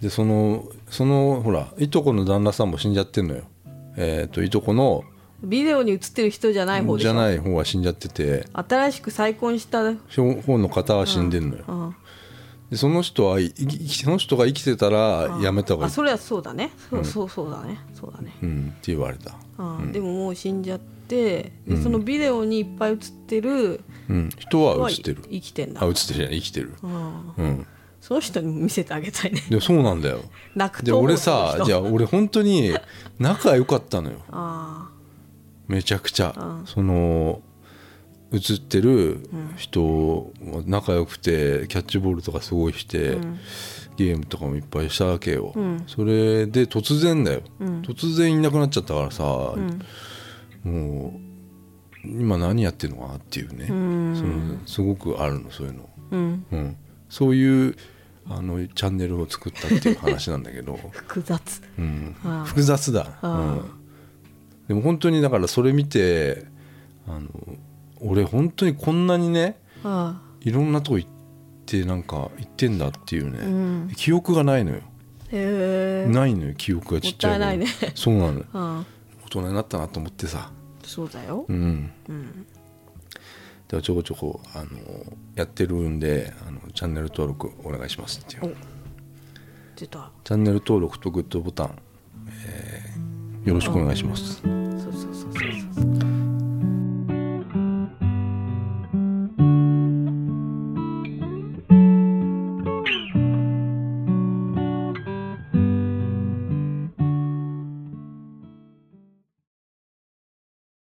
S2: でそのそのほらいとこの旦那さんも死んじゃってんのよえっ、といとこの
S1: ビデオに映ってる人じゃない方でし
S2: じ
S1: ょ
S2: ゃない方が死んじゃってて
S1: 新しく再婚した、うん、
S2: 方の方は死んでんのよ、でその人はい生きその人が生きてたらやめた方が
S1: あ
S2: いい、
S1: それはそうだねそう,、そうそうだねそうだね、
S2: うん、って言われた、
S1: あでももう死んじゃって、でそのビデオにいっぱい映ってる
S2: うん、人
S1: 人
S2: は
S1: は
S2: 映ってる
S1: 生きてんだ
S2: あ映ってるじゃない生きてる
S1: うん
S2: うん
S1: その人にも見せてあげたいね
S2: でそうなんだよ
S1: 泣く
S2: で
S1: と思う
S2: 俺
S1: そ
S2: さ
S1: の人
S2: じゃあ俺本当に仲良かったのよ
S1: あ
S2: めちゃくちゃその映ってる人が仲良くてキャッチボールとかすごいして、ゲームとかもいっぱいしたわけよ、それで突然だよ、突然いなくなっちゃったからさ、もう今何やってるのかなっていうね、そのすごくあるのそういうの、
S1: うん
S2: うん、そういうあのチャンネルを作ったっていう話なんだけど、
S1: 複雑
S2: うん
S1: ああ
S2: 複雑だ、う
S1: ああ
S2: ん、でも本当にだからそれ見てあの俺本当にこんなにね
S1: あ
S2: いろんなとこ行ってなんか行ってんだっていうね、
S1: うん
S2: 記憶がないのよ
S1: あへえ
S2: ないのよ記憶がちっちゃい
S1: も
S2: 頃
S1: ったいないね
S2: そうなのよ
S1: ああ
S2: 大人になったなと思ってさ
S1: そうだよ
S2: うん
S1: うん
S2: だからちょこちょこあのやってるんであのチャンネル登録お願いしますっていう
S1: お出た
S2: チャンネル登録とグッドボタン、えーよろしくお願いします。